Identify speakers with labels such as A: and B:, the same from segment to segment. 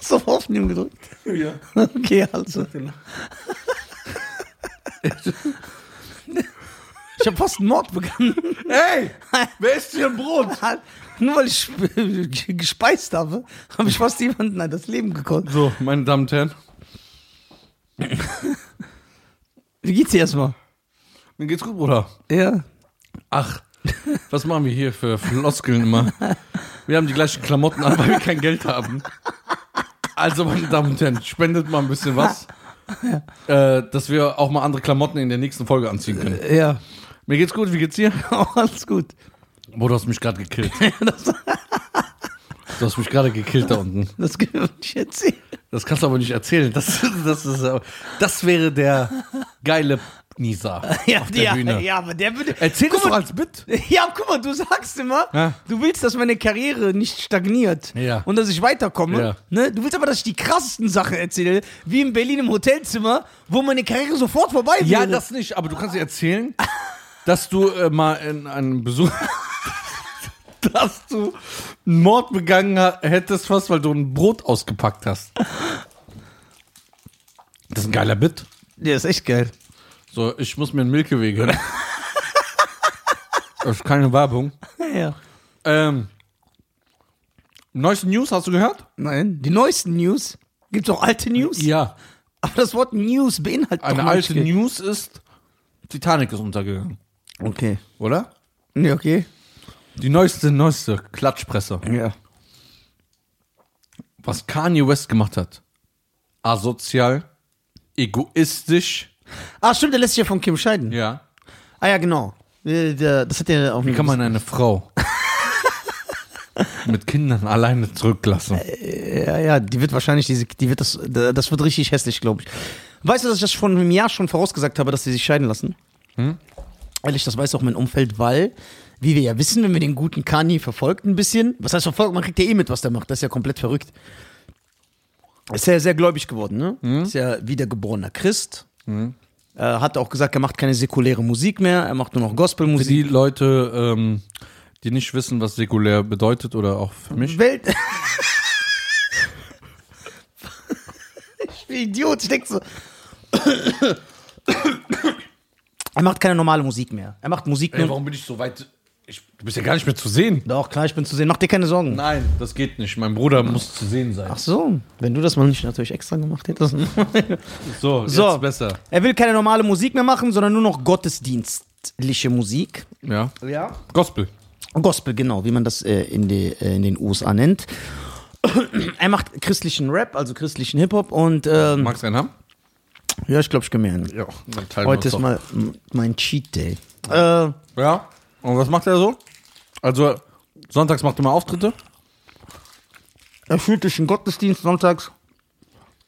A: Hast du auf Aufnehmen gedrückt?
B: Ja.
A: Okay, also. Ich habe fast einen Mord begangen.
B: Ey, wer isst hier ein Brot?
A: Halt, Nur weil ich äh, gespeist habe, habe ich fast jemanden an das Leben gekonnt.
B: So, meine Damen und Herren,
A: Wie geht's dir erstmal?
B: mir geht's gut, Bruder.
A: Ja.
B: Ach, was machen wir hier für Floskeln immer? Wir haben die gleichen Klamotten an, weil wir kein Geld haben. Also, meine Damen und Herren, spendet mal ein bisschen was, äh, dass wir auch mal andere Klamotten in der nächsten Folge anziehen können.
A: Ja.
B: Mir geht's gut, wie geht's dir?
A: Alles gut.
B: Boah, du hast mich gerade gekillt. Du hast mich gerade gekillt da unten.
A: Das können wir nicht erzählen.
B: Das kannst du aber nicht erzählen. Das, das, ist, äh, das wäre der geile Nisa auf der
A: ja,
B: Bühne.
A: ja, aber der würde.
B: Erzähl
A: Guck
B: das doch
A: mal,
B: als Bit.
A: Ja, guck mal, du sagst immer,
B: Ja.
A: du willst, dass meine Karriere nicht stagniert
B: Ja.
A: und dass ich weiterkomme.
B: Ja.
A: Ne? Du willst aber, dass ich die krassesten Sachen erzähle, wie in Berlin im Hotelzimmer, wo meine Karriere sofort vorbei wäre.
B: Ja, das nicht, aber du kannst dir erzählen, dass du äh, mal in einem Besuch. dass du einen Mord begangen ha- hättest, fast, weil du ein Brot ausgepackt hast. Das ist ein geiler Bit.
A: Ja, ist echt geil.
B: So, ich muss mir einen Milchweg gönnen. das ist keine Werbung.
A: Ja.
B: Ähm, neueste News hast du gehört?
A: Nein. Die neuesten News. Gibt es auch alte News?
B: Ja.
A: Aber das Wort News beinhaltet
B: Eine
A: doch nicht
B: alte
A: viel.
B: News ist, Titanic ist untergegangen,
A: Okay.
B: oder?
A: Ja, okay.
B: Die neueste, neueste Klatschpresse.
A: Ja.
B: Was Kanye West gemacht hat. Asozial, egoistisch.
A: Ah, stimmt, der lässt sich ja von Kim scheiden.
B: Ja.
A: Ah ja, genau. Äh, der- Das hat ja auch
B: Wie kann man eine Frau mit Kindern alleine zurücklassen?
A: Ja, ja, die wird wahrscheinlich, diese, die wird das, das wird richtig hässlich, glaube ich. Weißt du, dass ich das schon im Jahr schon vorausgesagt habe, dass sie sich scheiden lassen? Ehrlich, das weiß auch mein Umfeld, weil, wie wir ja wissen, wenn wir den guten Kanye verfolgt ein bisschen, was heißt verfolgt, man kriegt ja eh mit, was der macht, das ist ja komplett verrückt. Ist ja sehr gläubig geworden, ne? Ist ja wiedergeborener Christ. Äh, hat auch gesagt, er macht keine säkuläre Musik mehr, er macht nur noch Gospelmusik.
B: Die Leute, ähm, die nicht wissen, was säkulär bedeutet oder auch für mich.
A: Welt. ich bin Idiot, ich denke so. er macht keine normale Musik mehr. Er macht Musik nur.
B: warum bin ich so weit? du bist ja gar nicht mehr zu sehen.
A: Doch, klar, ich bin zu sehen. Mach dir keine Sorgen.
B: Nein, das geht nicht. Mein Bruder muss zu sehen sein.
A: Ach so, wenn du das mal nicht natürlich extra gemacht hättest.
B: So, jetzt
A: So.
B: besser.
A: er will keine normale Musik mehr machen, sondern nur noch gottesdienstliche Musik.
B: Ja.
A: Ja.
B: Gospel.
A: Gospel, genau, wie man das äh, in, die, äh, in den USA nennt. er macht christlichen Rap, also christlichen Hip-Hop und ähm,
B: Magst du einen haben?
A: ja, ich glaube, ich kann mir einen.
B: Ja. Dann teilen
A: Heute
B: Heute wir uns
A: ist mal
B: doch.
A: m- mein Cheat Day. Äh,
B: Ja. Und was macht er so? Also, sonntags macht er mal Auftritte.
A: er fühlt sich in Gottesdienst sonntags.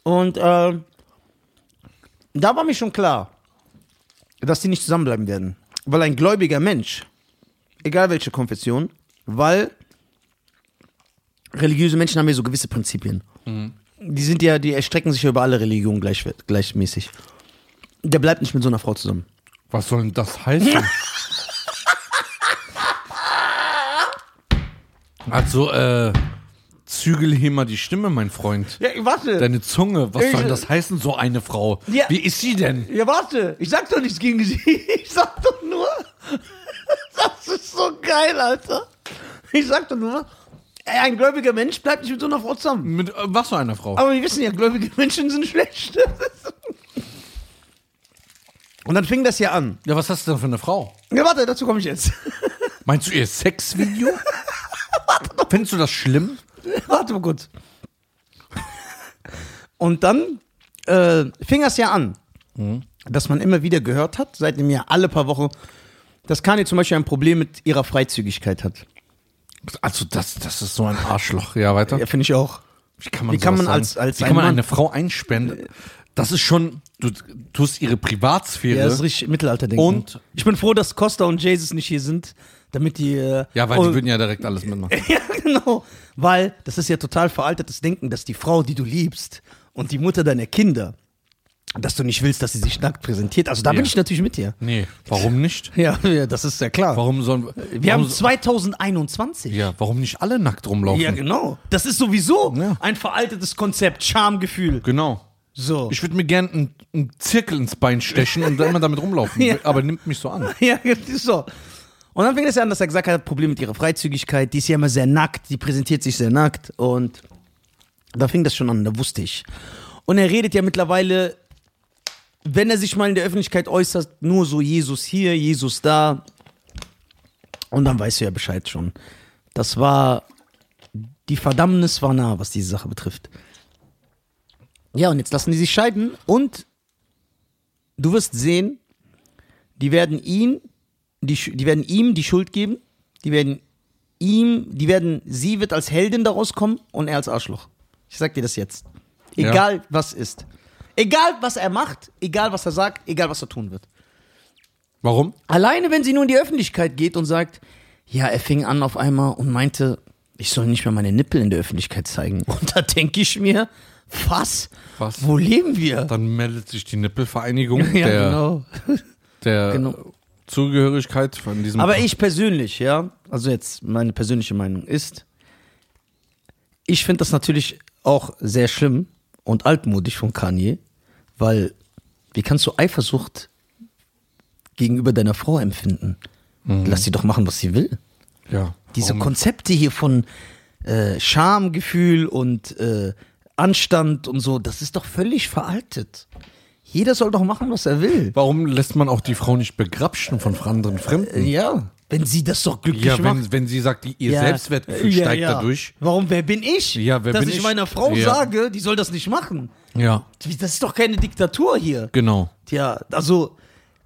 A: Und äh, da war mir schon klar, dass die nicht zusammenbleiben werden. Weil ein gläubiger Mensch, egal welche Konfession, weil religiöse Menschen haben ja so gewisse Prinzipien. Die sind ja, die erstrecken sich ja über alle Religionen gleich, gleichmäßig. Der bleibt nicht mit so einer Frau zusammen.
B: Was soll denn das heißen? also, äh, zügel hier mal die Stimme, mein Freund.
A: Ja, warte.
B: Deine Zunge, was
A: Ich-
B: soll denn das heißen, so eine Frau?
A: Ja.
B: Wie ist sie denn?
A: Ja, warte, ich sag doch nichts gegen sie. Ich sag doch nur, das ist so geil, Alter. Ich sag doch nur, ey, ein gläubiger Mensch bleibt nicht mit so einer Frau zusammen.
B: Mit äh, was für einer Frau?
A: Aber wir wissen ja, gläubige Menschen sind schlecht. Und dann fing das ja an.
B: Ja, was hast du denn für eine Frau?
A: Ja, warte, dazu komme ich jetzt.
B: Meinst du ihr Sexvideo? Findest du das schlimm?
A: Warte mal kurz. Und dann äh, fing das ja an, dass man immer wieder gehört hat, seit einem Jahr, alle paar Wochen, dass Kanye zum Beispiel ein Problem mit ihrer Freizügigkeit hat.
B: Also, das, das ist so ein Arschloch. Ja, weiter.
A: Ja, finde ich auch.
B: Wie kann man,
A: Wie kann man
B: sowas sagen?
A: als- als
B: Wie
A: ein
B: kann man
A: Mann-
B: eine Frau einsperren? Das ist schon, du tust ihre Privatsphäre.
A: Ja, das ist richtig ne? Mittelalterdenken.
B: Und?
A: Ich bin froh, dass Costa und Jesus nicht hier sind, damit die. Äh,
B: Ja, weil
A: oh,
B: die würden ja direkt alles mitmachen.
A: ja, genau. Weil das ist ja total veraltetes Denken, dass die Frau, die du liebst und die Mutter deiner Kinder, dass du nicht willst, dass sie sich nackt präsentiert. Also da bin
B: Ja.
A: ich natürlich mit dir.
B: Nee, warum nicht?
A: Ja, ja das ist ja klar.
B: Warum sollen
A: Wir
B: warum
A: haben 2021.
B: ja, warum nicht alle nackt rumlaufen?
A: Ja, genau. Das ist sowieso
B: Ja.
A: ein veraltetes Konzept, Schamgefühl.
B: Genau.
A: So.
B: Ich würde mir gerne einen, einen Zirkel ins Bein stechen und dann immer damit rumlaufen,
A: Ja.
B: aber nimmt mich so an.
A: Ja, das ist so. Und dann fing es ja an, dass er gesagt hat, Problem mit ihrer Freizügigkeit, die ist ja immer sehr nackt, die präsentiert sich sehr nackt und da fing das schon an, da wusste ich. Und er redet ja mittlerweile, wenn er sich mal in der Öffentlichkeit äußert, nur so Jesus hier, Jesus da. Und dann weißt du ja Bescheid schon. Das war, die Verdammnis war nah, was diese Sache betrifft. Ja, und jetzt lassen die sich scheiden und du wirst sehen, die werden ihn, die, Sch- die werden ihm die Schuld geben, die werden ihm, die werden, sie wird als Heldin daraus kommen und er als Arschloch. Ich sag dir das jetzt.
B: Ja.
A: Egal was ist. Egal was er macht, egal was er sagt, egal was er tun wird.
B: Warum?
A: Alleine wenn sie nur in die Öffentlichkeit geht und sagt, ja, er fing an auf einmal und meinte, ich soll nicht mehr meine Nippel in der Öffentlichkeit zeigen. Und da denke ich mir, was?
B: Was?
A: Wo leben wir?
B: Dann meldet sich die Nippelvereinigung der,
A: ja, genau.
B: der
A: Genau.
B: Zugehörigkeit von diesem
A: Aber ich persönlich, ja, also jetzt meine persönliche Meinung ist, ich finde das natürlich auch sehr schlimm und altmodisch von Kanye, weil wie kannst du Eifersucht gegenüber deiner Frau empfinden?
B: Mhm.
A: Lass sie doch machen, was sie will.
B: ja,
A: Diese
B: warum-
A: Konzepte hier von äh, Schamgefühl und äh, Anstand und so, das ist doch völlig veraltet. Jeder soll doch machen, was er will.
B: Warum lässt man auch die Frau nicht begrapschen von anderen
A: Äh,
B: Fremden?
A: Ja, wenn sie das doch glücklich
B: Ja,
A: macht.
B: wenn, wenn sie sagt, die- ihr
A: Ja.
B: Selbstwertgefühl
A: Ja,
B: steigt
A: ja.
B: dadurch.
A: Warum, wer bin ich?
B: Ja, wer
A: Dass
B: bin
A: ich
B: ich?
A: meiner Frau
B: Ja.
A: sage, die soll das nicht machen.
B: Ja,
A: Das ist doch keine Diktatur hier.
B: genau.
A: Ja, also,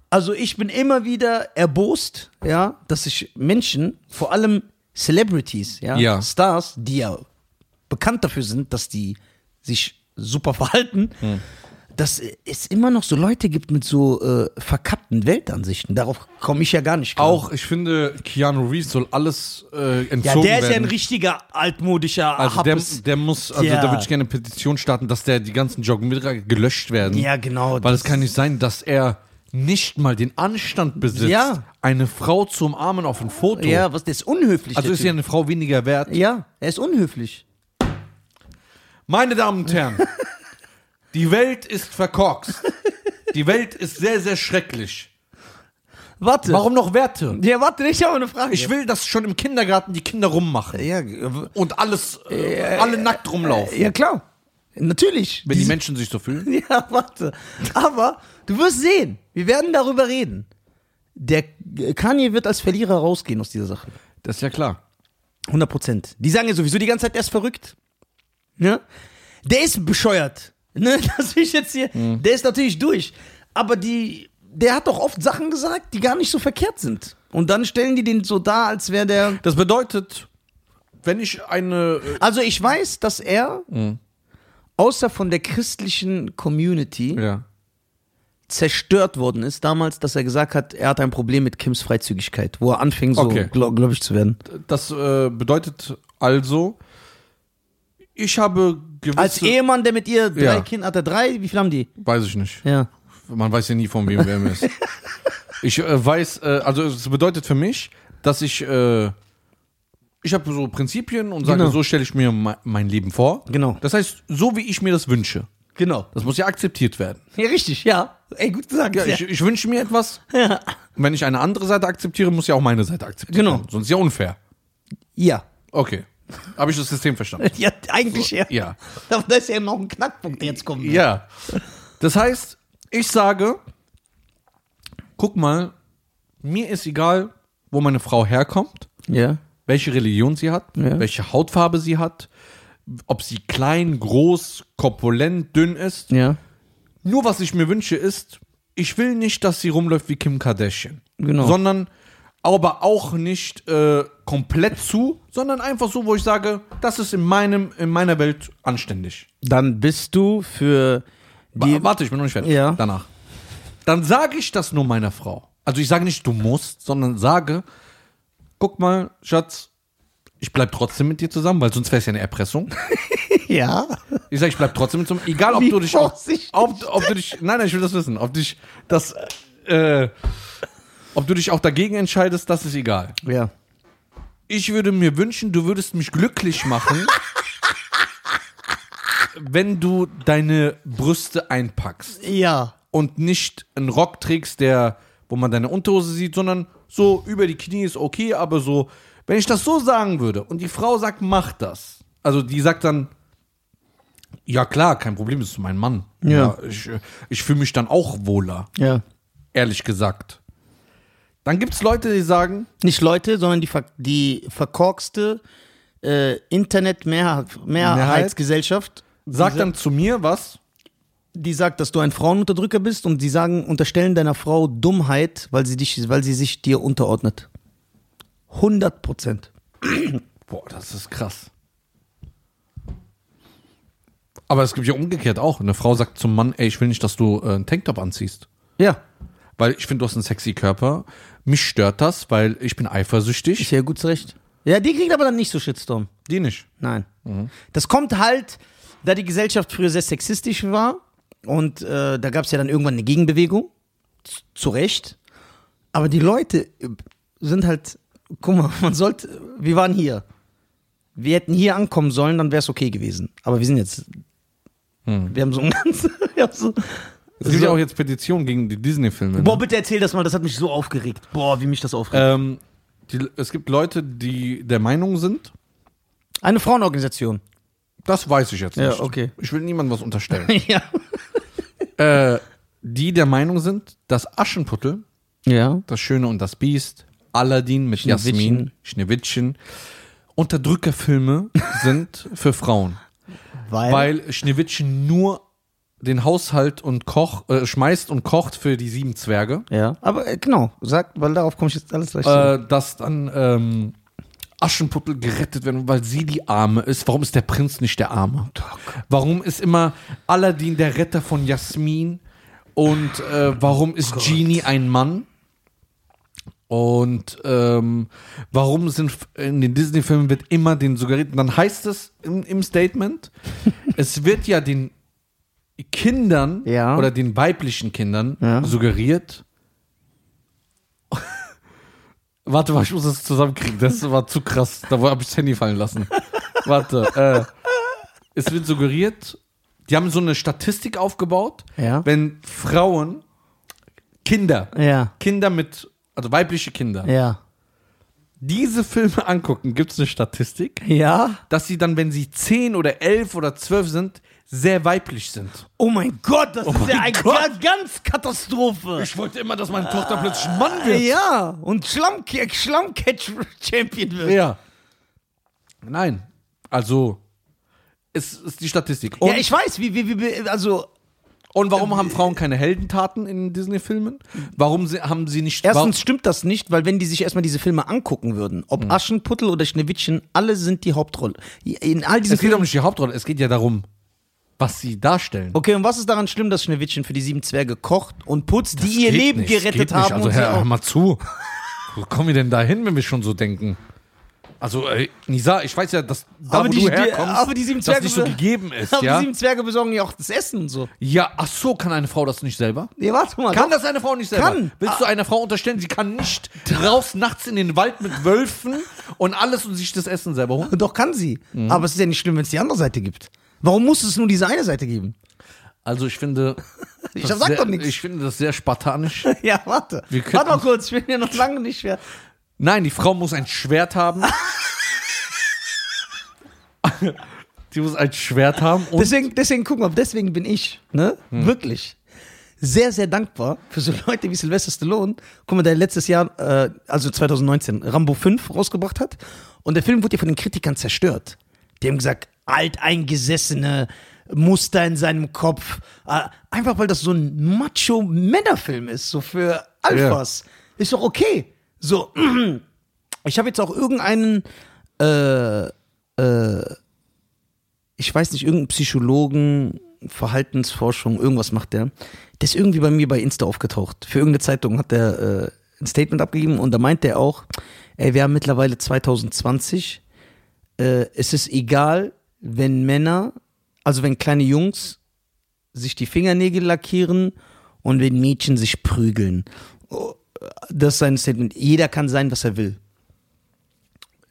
A: also ich bin immer wieder erbost, ja, dass ich Menschen, vor allem Celebrities, ja,
B: Ja.
A: Stars, die ja bekannt dafür sind, dass die sich super verhalten,
B: Hm.
A: dass es immer noch so Leute gibt mit so äh, verkappten Weltansichten. Darauf komme ich ja gar nicht klar.
B: Auch, ich finde, Keanu Reeves soll alles äh, entzogen
A: ja, der ist ja ein
B: werden.
A: richtiger altmodischer
B: also der,
A: Happes-
B: der muss, also
A: Ja.
B: da würde ich gerne eine Petition starten, dass der die ganzen Joggenbilder gelöscht werden.
A: Ja, genau.
B: Weil es kann nicht sein, dass er nicht mal den Anstand besitzt,
A: Ja.
B: eine Frau zu umarmen auf ein Foto.
A: Ja, was, der ist unhöflich.
B: Also
A: der
B: ist ja
A: Typ.
B: eine Frau weniger wert.
A: ja, er ist unhöflich.
B: Meine Damen und Herren, die Welt ist verkorkst. Die Welt ist sehr, sehr schrecklich.
A: Warte.
B: Warum noch Werte?
A: Ja, warte, ich habe eine Frage.
B: Ich will, dass schon im Kindergarten die Kinder rummachen
A: ja, w-
B: und alles, äh, alle nackt rumlaufen.
A: ja, klar. Natürlich.
B: Wenn die
A: Diese-
B: Menschen sich so fühlen.
A: ja, warte. Aber du wirst sehen. Wir werden darüber reden. Der Kanye wird als Verlierer rausgehen aus dieser Sache.
B: Das ist ja klar.
A: 100 Prozent. Die sagen ja sowieso die ganze Zeit, der ist verrückt. Ne? Der ist bescheuert. Ne? Das will ich jetzt hier. Der ist natürlich durch. Aber die, der hat doch oft Sachen gesagt, die gar nicht so verkehrt sind. Und dann stellen die den so dar, als wäre der.
B: Das bedeutet, wenn ich eine. äh,
A: Also ich weiß, dass er, außer von der christlichen Community,
B: Ja.
A: zerstört worden ist damals, dass er gesagt hat, er hat ein Problem mit Kims Freizügigkeit, wo er anfing, so
B: Okay.
A: glaub, gläubig zu werden.
B: Das äh, bedeutet also, ich habe gewisse.
A: Als Ehemann, der mit ihr drei
B: Ja.
A: Kinder hat, er drei, wie viel haben die?
B: weiß ich nicht.
A: Ja.
B: Man weiß ja nie, von wem wer ist. Ich äh, weiß, äh, also es bedeutet für mich, dass ich, äh, ich habe so Prinzipien und sage,
A: Genau.
B: so stelle ich mir me- mein Leben vor.
A: Genau.
B: Das heißt, so wie ich mir das wünsche.
A: Genau.
B: Das muss ja akzeptiert werden.
A: Ja, richtig, ja. Ey, gut gesagt. Ja,
B: Ich, ich wünsche mir etwas. Und wenn ich eine andere Seite akzeptiere, muss ja auch meine Seite akzeptieren.
A: Genau.
B: Sonst ist ja unfair.
A: ja.
B: Okay. Habe ich das System verstanden?
A: ja eigentlich ja.
B: Ja.
A: Aber da ist ja noch ein Knackpunkt, der jetzt kommt. ne?
B: Ja. Das heißt, ich sage, guck mal, mir ist egal, wo meine Frau herkommt.
A: Ja.
B: welche Religion sie hat,
A: Ja.
B: welche Hautfarbe sie hat, ob sie klein, groß, korpulent, dünn ist.
A: Ja.
B: Nur was ich mir wünsche ist, ich will nicht, dass sie rumläuft wie Kim Kardashian.
A: Genau.
B: Sondern aber auch nicht äh, komplett zu, sondern einfach so, wo ich sage, das ist in meinem in meiner Welt anständig.
A: Dann bist du für
B: Wa-
A: die.
B: Warte, ich bin noch nicht fertig.
A: Ja.
B: Danach. Dann sage ich das nur meiner Frau. Also ich sage nicht, du musst, sondern sage, guck mal, Schatz, ich bleib trotzdem mit dir zusammen, weil sonst wäre es ja eine Erpressung.
A: ja.
B: Ich sage, ich bleib trotzdem mit so einem. Egal, ob
A: Wie
B: du dich. Ob,
A: vorsichtig.
B: ob, ob du dich. Nein, nein, ich will das wissen. Ob dich das. Äh, ob du dich auch dagegen entscheidest, das ist egal.
A: Ja.
B: Ich würde mir wünschen, du würdest mich glücklich machen, wenn du deine Brüste einpackst
A: Ja.
B: und nicht einen Rock trägst, der, wo man deine Unterhose sieht, sondern so über die Knie ist okay, aber so, wenn ich das so sagen würde und die Frau sagt, mach das, also die sagt dann, ja klar, kein Problem, das ist mein Mann.
A: Ja.
B: ich ich fühle mich dann auch wohler,
A: Ja.
B: ehrlich gesagt. Dann gibt es Leute, die sagen,
A: Nicht Leute, sondern die, ver die verkorkste äh, Internet-Mehrheitsgesellschaft.
B: sag
A: Diese-
B: dann zu mir was,
A: die sagt, dass du ein Frauenunterdrücker bist und die sagen, unterstellen deiner Frau Dummheit, weil sie, dich, weil sie sich dir unterordnet. 100 Prozent.
B: boah, das ist krass. Aber es gibt ja umgekehrt auch. Eine Frau sagt zum Mann, ey, ich will nicht, dass du äh, einen Tanktop anziehst.
A: Ja.
B: weil ich finde, du hast einen sexy Körper. Mich stört das, weil ich bin eifersüchtig.
A: Ist ja gut zurecht. Ja, die kriegt aber dann nicht so Shitstorm.
B: die nicht.
A: Nein.
B: Mhm.
A: Das kommt halt, da die Gesellschaft früher sehr sexistisch war und äh, da gab es ja dann irgendwann eine Gegenbewegung. Z zu Recht. Aber die Leute äh, sind halt, guck mal, man sollte, wir waren hier. Wir hätten hier ankommen sollen, dann wäre es okay gewesen. Aber wir sind jetzt, wir haben so ein ganzes, wir haben so,
B: Es gibt Hm. ja
A: so-
B: auch jetzt Petitionen gegen die Disney-Filme. ne?
A: boah, bitte erzähl das mal, das hat mich so aufgeregt. Boah, wie mich das aufregt.
B: Ähm, die, es gibt Leute, die der Meinung sind, Äh.
A: Eine Frauenorganisation.
B: das weiß ich jetzt
A: Ja,
B: nicht.
A: okay.
B: Ich will niemandem was unterstellen.
A: ja.
B: äh, die der Meinung sind, dass Aschenputtel,
A: Ja.
B: das Schöne und das Biest, Aladdin mit
A: Schneewittchen.
B: Jasmin, Schneewittchen, Unterdrückerfilme sind für Frauen. Weil Schneewittchen nur den Haushalt und koch, äh, schmeißt und kocht für die sieben Zwerge.
A: Ja, aber äh, genau, sagt, weil darauf komme ich jetzt alles gleich zurück.
B: Äh, dass dann ähm, Aschenputtel gerettet werden, weil sie die Arme ist. Warum ist der Prinz nicht der Arme? Warum ist immer Aladdin der Retter von Jasmin? Und äh, warum ist Genie ein Mann? Und ähm, warum sind f- in den Disney-Filmen wird immer den suggerierten, dann heißt es im, im Statement, es wird ja den Kindern
A: Ja.
B: oder den weiblichen Kindern
A: Ja.
B: suggeriert. Warte mal, ich muss das zusammenkriegen. Das war zu krass. Da habe ich das Handy fallen lassen. Warte. Äh, es wird suggeriert, die haben so eine Statistik aufgebaut,
A: Ja.
B: wenn Frauen Kinder
A: Ja,
B: Kinder mit, also weibliche Kinder,
A: ja.
B: diese Filme angucken, gibt es eine Statistik,
A: Ja?
B: dass sie dann, wenn sie 10 oder 11 oder 12 sind, sehr weiblich sind.
A: Oh mein Gott, das ist ja
B: mein
A: eine
B: Gott.
A: Ga- ganz Katastrophe.
B: Ich wollte immer, dass meine Tochter plötzlich Mann
A: Ja, und Schlamm- Schlammcatch-Champion wird.
B: Ja. Nein. Also, es ist die Statistik. Und,
A: ja, ich weiß, wie, wie, wie, also,
B: und warum haben Frauen keine Heldentaten in Disney-Filmen? Warum sie, haben sie nicht...
A: erstens stimmt das nicht, weil wenn die sich erstmal diese Filme angucken würden,
B: Hm.
A: ob Aschenputtel oder Schneewittchen, alle sind die Hauptrolle. In all diesen
B: es geht
A: Filmen.
B: um nicht die Hauptrolle, es geht ja darum, was sie darstellen.
A: Okay, und was ist daran schlimm, dass Schneewittchen für die sieben Zwerge kocht und putzt,
B: Das
A: die ihr
B: geht
A: Leben
B: nicht,
A: gerettet
B: geht nicht.
A: haben?
B: Also
A: und
B: hör,
A: sie
B: hör
A: auch-
B: mal zu. Wo kommen wir denn da hin, wenn wir schon so denken? Also, ey, Nisa, ich weiß ja, dass da,
A: Aber
B: wo
A: die-
B: du
A: die-
B: herkommst,
A: aber die sieben
B: das
A: Zwerge
B: nicht so
A: sind-
B: gegeben ist,
A: Aber
B: ja?
A: die sieben Zwerge besorgen ja auch das Essen und so.
B: Ja, ach so, kann eine Frau das nicht selber?
A: Ja, warte mal.
B: Kann das eine Frau nicht selber?
A: Kann.
B: Willst du einer Frau unterstellen, sie kann nicht raus nachts in den Wald mit Wölfen und alles und sich das Essen selber holen?
A: Doch kann sie.
B: Mhm.
A: Aber es ist ja nicht schlimm, wenn es die andere Seite gibt. Warum muss es nur diese eine Seite geben?
B: Also, ich finde.
A: Ich
B: das
A: sag
B: sehr,
A: doch nichts.
B: Ich finde das sehr spartanisch.
A: Ja, warte.
B: Wir könnten-
A: Warte mal kurz, ich bin ja noch lange nicht mehr.
B: Nein, die Frau muss ein Schwert haben. die muss ein Schwert haben und
A: Deswegen, deswegen guck mal, deswegen bin ich, ne? Wirklich. Sehr, sehr dankbar für so Leute wie Sylvester Stallone. Guck mal, der letztes Jahr, äh, also 2019, Rambo 5 rausgebracht hat. Und der Film wurde ja von den Kritikern zerstört. Die haben gesagt, alteingesessene Muster in seinem Kopf. Äh, einfach weil das so ein Macho-Männerfilm ist, so für Alphas. Ist doch okay. So, ich habe jetzt auch irgendeinen ich weiß nicht, irgendeinen Psychologen, Verhaltensforschung, irgendwas macht der. Der ist irgendwie bei mir bei Insta aufgetaucht. Für irgendeine Zeitung hat der äh, ein Statement abgegeben und da meint er auch, ey, wir haben mittlerweile 2020, äh, es ist egal, wenn Männer Also wenn kleine Jungs sich die Fingernägel lackieren und wenn Mädchen sich prügeln. Oh, Das ist sein Statement. Jeder kann sein, was er will.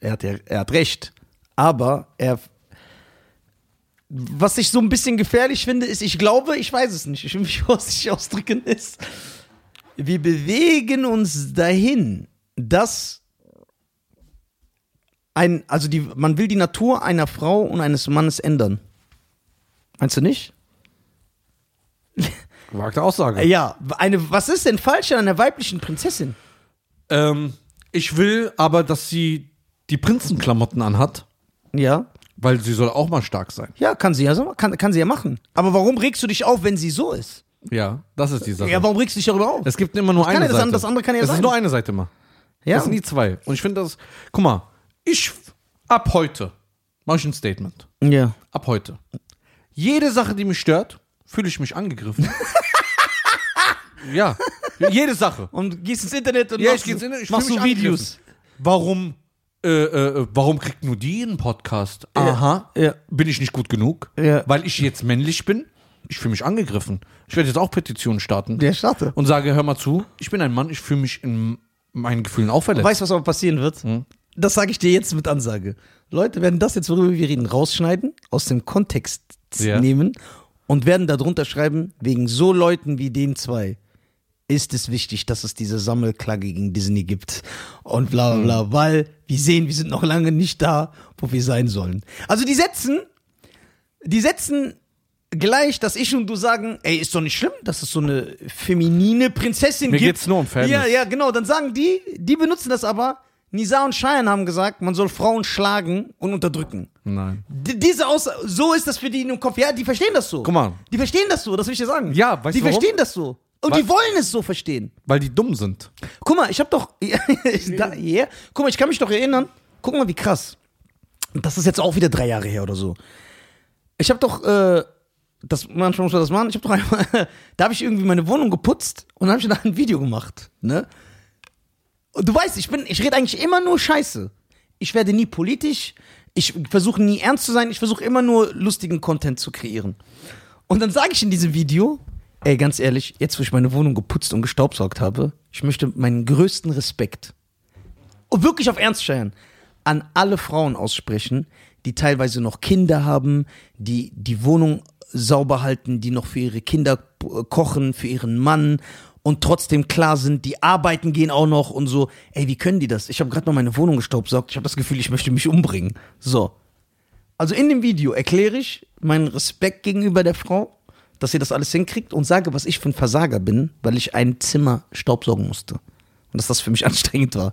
A: Er hat, ja- er hat recht. Aber er. Was ich so ein bisschen gefährlich finde, ist, ich glaube, ich weiß es nicht, ich will mich vorsichtig ausdrücken, ist, wir bewegen uns dahin, dass ein, also die, man will die Natur einer Frau und eines Mannes ändern. Meinst du nicht?
B: Gewagte Aussage.
A: Ja, eine, was ist denn falsch an einer weiblichen Prinzessin?
B: Ähm, ich will aber, dass sie die Prinzenklamotten anhat,
A: Ja.
B: weil sie soll auch mal stark sein.
A: Ja, kann sie ja, so- kann, kann sie ja machen. Aber warum regst du dich auf, wenn sie so ist?
B: Ja, das ist die Sache.
A: Ja, warum regst du dich darüber auf?
B: es gibt immer nur
A: kann
B: eine
A: ja das
B: Seite.
A: an- das andere kann ja
B: es
A: sein.
B: ist nur eine Seite immer.
A: ja.
B: Das sind die zwei. Und ich finde das, guck mal, ich, ab heute, mache ich ein Statement.
A: ja.
B: Ab heute. Jede Sache, die mich stört, fühle ich mich angegriffen. ja, jede Sache.
A: Und gehst ins Internet und
B: Ja,
A: machst,
B: ich gehe ins Internet, ich
A: machst
B: fühl
A: du
B: mich
A: Videos.
B: Warum, äh, äh, warum kriegt nur die einen Podcast? Aha,
A: ja.
B: bin ich nicht gut genug?
A: Ja.
B: Weil ich jetzt männlich bin? Ich fühle mich angegriffen. Ich werde jetzt auch Petitionen starten
A: Der starte.
B: und sage, hör mal zu, ich bin ein Mann, ich fühle mich in meinen Gefühlen auch verletzt.
A: Weißt du, was aber passieren wird? Das sage ich dir jetzt mit Ansage. Leute werden das jetzt, worüber wir reden, rausschneiden, aus dem Kontext
B: Ja.
A: nehmen und werden darunter schreiben, wegen so Leuten wie den zwei ist es wichtig, dass es diese Sammelklage gegen Disney gibt und bla bla bla, weil wir sehen, wir sind noch lange nicht da, wo wir sein sollen. Also die setzen, die setzen gleich, dass ich und du sagen, ey, ist doch nicht schlimm, dass es so eine feminine Prinzessin
B: Mir
A: gibt.
B: geht's nur um Fairness.
A: Ja, ja, genau. Dann sagen die, die benutzen das aber. Nisa und Cheyenne haben gesagt, man soll Frauen schlagen und unterdrücken.
B: Nein.
A: D diese Aussage, so ist das für die in dem Kopf. Ja, die verstehen das so.
B: Guck mal.
A: Die verstehen das so, das will ich dir sagen.
B: Ja, weißt
A: Die
B: du warum?
A: verstehen das so. Und
B: Was-
A: die wollen es so verstehen.
B: Weil die dumm sind.
A: Guck mal, ich hab doch. da, yeah. Guck mal, ich kann mich doch erinnern. Guck mal, wie krass. Das ist jetzt auch wieder drei Jahre her oder so. Ich hab doch. Äh, das, manchmal muss man das machen. Ich hab doch einmal. da habe ich irgendwie meine Wohnung geputzt und dann habe ich da ein Video gemacht. Ne? Und du weißt, ich bin. Ich rede eigentlich immer nur Scheiße. Ich werde nie politisch. Ich versuche nie ernst zu sein. Ich versuche immer nur lustigen Content zu kreieren. Und dann sage ich in diesem Video, ey, ganz ehrlich, jetzt wo ich meine Wohnung geputzt und gestaubsaugt habe, ich möchte meinen größten Respekt und Oh, wirklich auf Ernst scheiern an alle Frauen aussprechen, die teilweise noch Kinder haben, die die Wohnung sauber halten, die noch für ihre Kinder äh, kochen, für ihren Mann und trotzdem klar sind, die arbeiten gehen auch noch und so. Ey, wie können die das? Ich habe gerade noch meine Wohnung gestaubsaugt. Ich habe das Gefühl, ich möchte mich umbringen. So. Also in dem Video erkläre ich meinen Respekt gegenüber der Frau, dass sie das alles hinkriegt und sage, was ich für ein Versager bin, weil ich ein Zimmer staubsaugen musste. Und dass das für mich anstrengend war.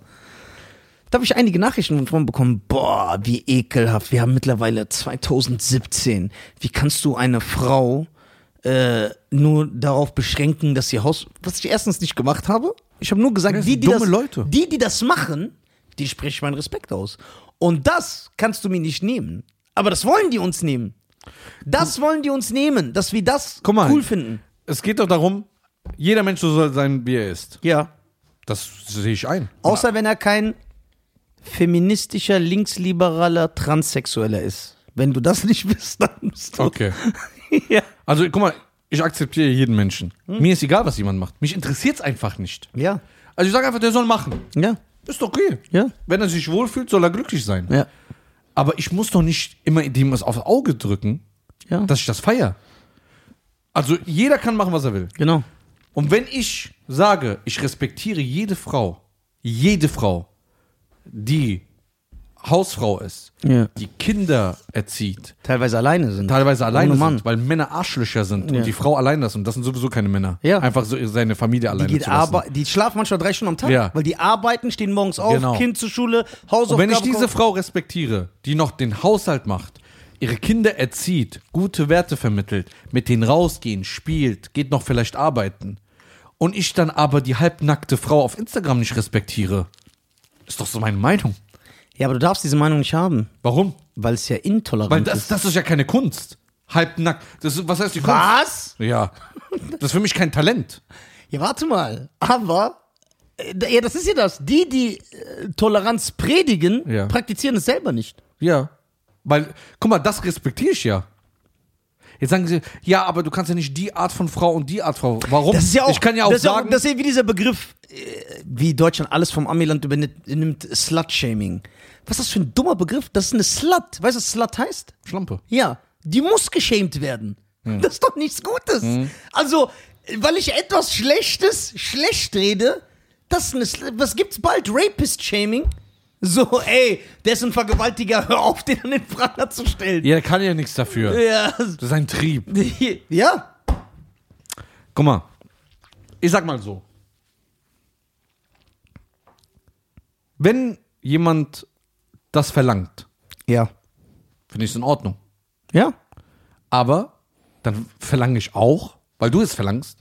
A: Da habe ich einige Nachrichten von Frauen bekommen. Boah, wie ekelhaft. Wir haben mittlerweile 2017. Wie kannst du eine Frau äh, nur darauf beschränken, dass sie Haus. Was ich erstens nicht gemacht habe. Ich habe nur gesagt,
B: Das
A: die
B: sind
A: die,
B: dumme
A: das,
B: Leute.
A: die, die das machen, die spreche ich meinen Respekt aus. Und das kannst du mir nicht nehmen. Aber das wollen die uns nehmen. Das wollen die uns nehmen, dass wir das
B: Guck mal.
A: cool finden.
B: Es geht doch darum, jeder Mensch soll sein, wie er ist.
A: Ja.
B: Das sehe ich ein.
A: Außer wenn er kein feministischer, linksliberaler, transsexueller ist. Wenn du das nicht bist, dann bist du.
B: Okay.
A: Ja.
B: Also guck mal, ich akzeptiere jeden Menschen.
A: Hm?
B: Mir ist egal, was jemand macht. Mich interessiert es einfach nicht.
A: Ja.
B: Also ich sage einfach, der soll machen.
A: Ja.
B: Ist doch okay.
A: Ja.
B: Wenn er sich wohlfühlt, soll er glücklich sein.
A: Ja.
B: Aber ich muss doch nicht immer dem was aufs Auge drücken,
A: Ja.
B: dass ich das feiere. Also jeder kann machen, was er will.
A: genau.
B: Und wenn ich sage, ich respektiere jede Frau, jede Frau, die Hausfrau ist,
A: Ja.
B: die Kinder erzieht,
A: Teilweise alleine sind.
B: teilweise alleine
A: Ohne Mann.
B: sind, weil Männer Arschlöcher sind
A: Ja.
B: und die Frau allein lassen. Und das sind sowieso keine Männer.
A: Ja.
B: Einfach so seine Familie alleine
A: Die, geht
B: zu lassen.
A: aber, die schlafen manchmal drei Stunden am Tag,
B: Ja.
A: weil die arbeiten, stehen morgens auf,
B: Genau.
A: Kind zur Schule,
B: und
A: Hausaufgaben.
B: wenn ich diese
A: kommen.
B: Frau respektiere, die noch den Haushalt macht, ihre Kinder erzieht, gute Werte vermittelt, mit denen rausgehen, spielt, geht noch vielleicht arbeiten, und ich dann aber die halbnackte Frau auf Instagram nicht respektiere, ist doch so meine Meinung.
A: ja, aber du darfst diese Meinung nicht haben,
B: Warum?
A: weil es ja
B: Weil
A: intolerant
B: das,
A: ist.
B: das ist ja keine Kunst. Halbnackt. Das, ist- was heißt die Kunst?
A: Was?
B: Ja. Das ist für mich kein Talent.
A: Ja, warte mal. Aber, äh, ja, das ist ja das. Die, die äh, Toleranz predigen,
B: Ja.
A: praktizieren es selber nicht.
B: Ja. Weil, guck mal, das respektiere ich ja. Jetzt sagen sie, ja, aber du kannst ja nicht die Art von Frau und die Art Frau. Warum?
A: Das ist ja auch,
B: ich kann ja auch
A: das ist
B: sagen,
A: das ist ja wie dieser Begriff, äh, wie Deutschland alles vom Amiland übernimmt, Slut-Shaming. Was ist das für ein dummer Begriff? Das ist eine Slut. Weißt du, was Slut heißt?
B: Schlampe.
A: Ja, die muss geschämt werden.
B: Hm.
A: Das ist doch nichts Gutes. Also, weil ich etwas Schlechtes schlecht rede, das ist eine, Sl- was gibt's bald? Rapist-Shaming? So, ey, der ist ein Vergewaltiger, hör auf, den an den Pranger zu stellen.
B: Ja, der kann ja nichts dafür.
A: Ja.
B: Das ist ein Trieb.
A: ja.
B: Guck mal. Ich sag mal so. Wenn jemand das verlangt,
A: Ja.
B: finde ich es in Ordnung.
A: Ja.
B: Aber dann verlange ich auch, weil du es verlangst,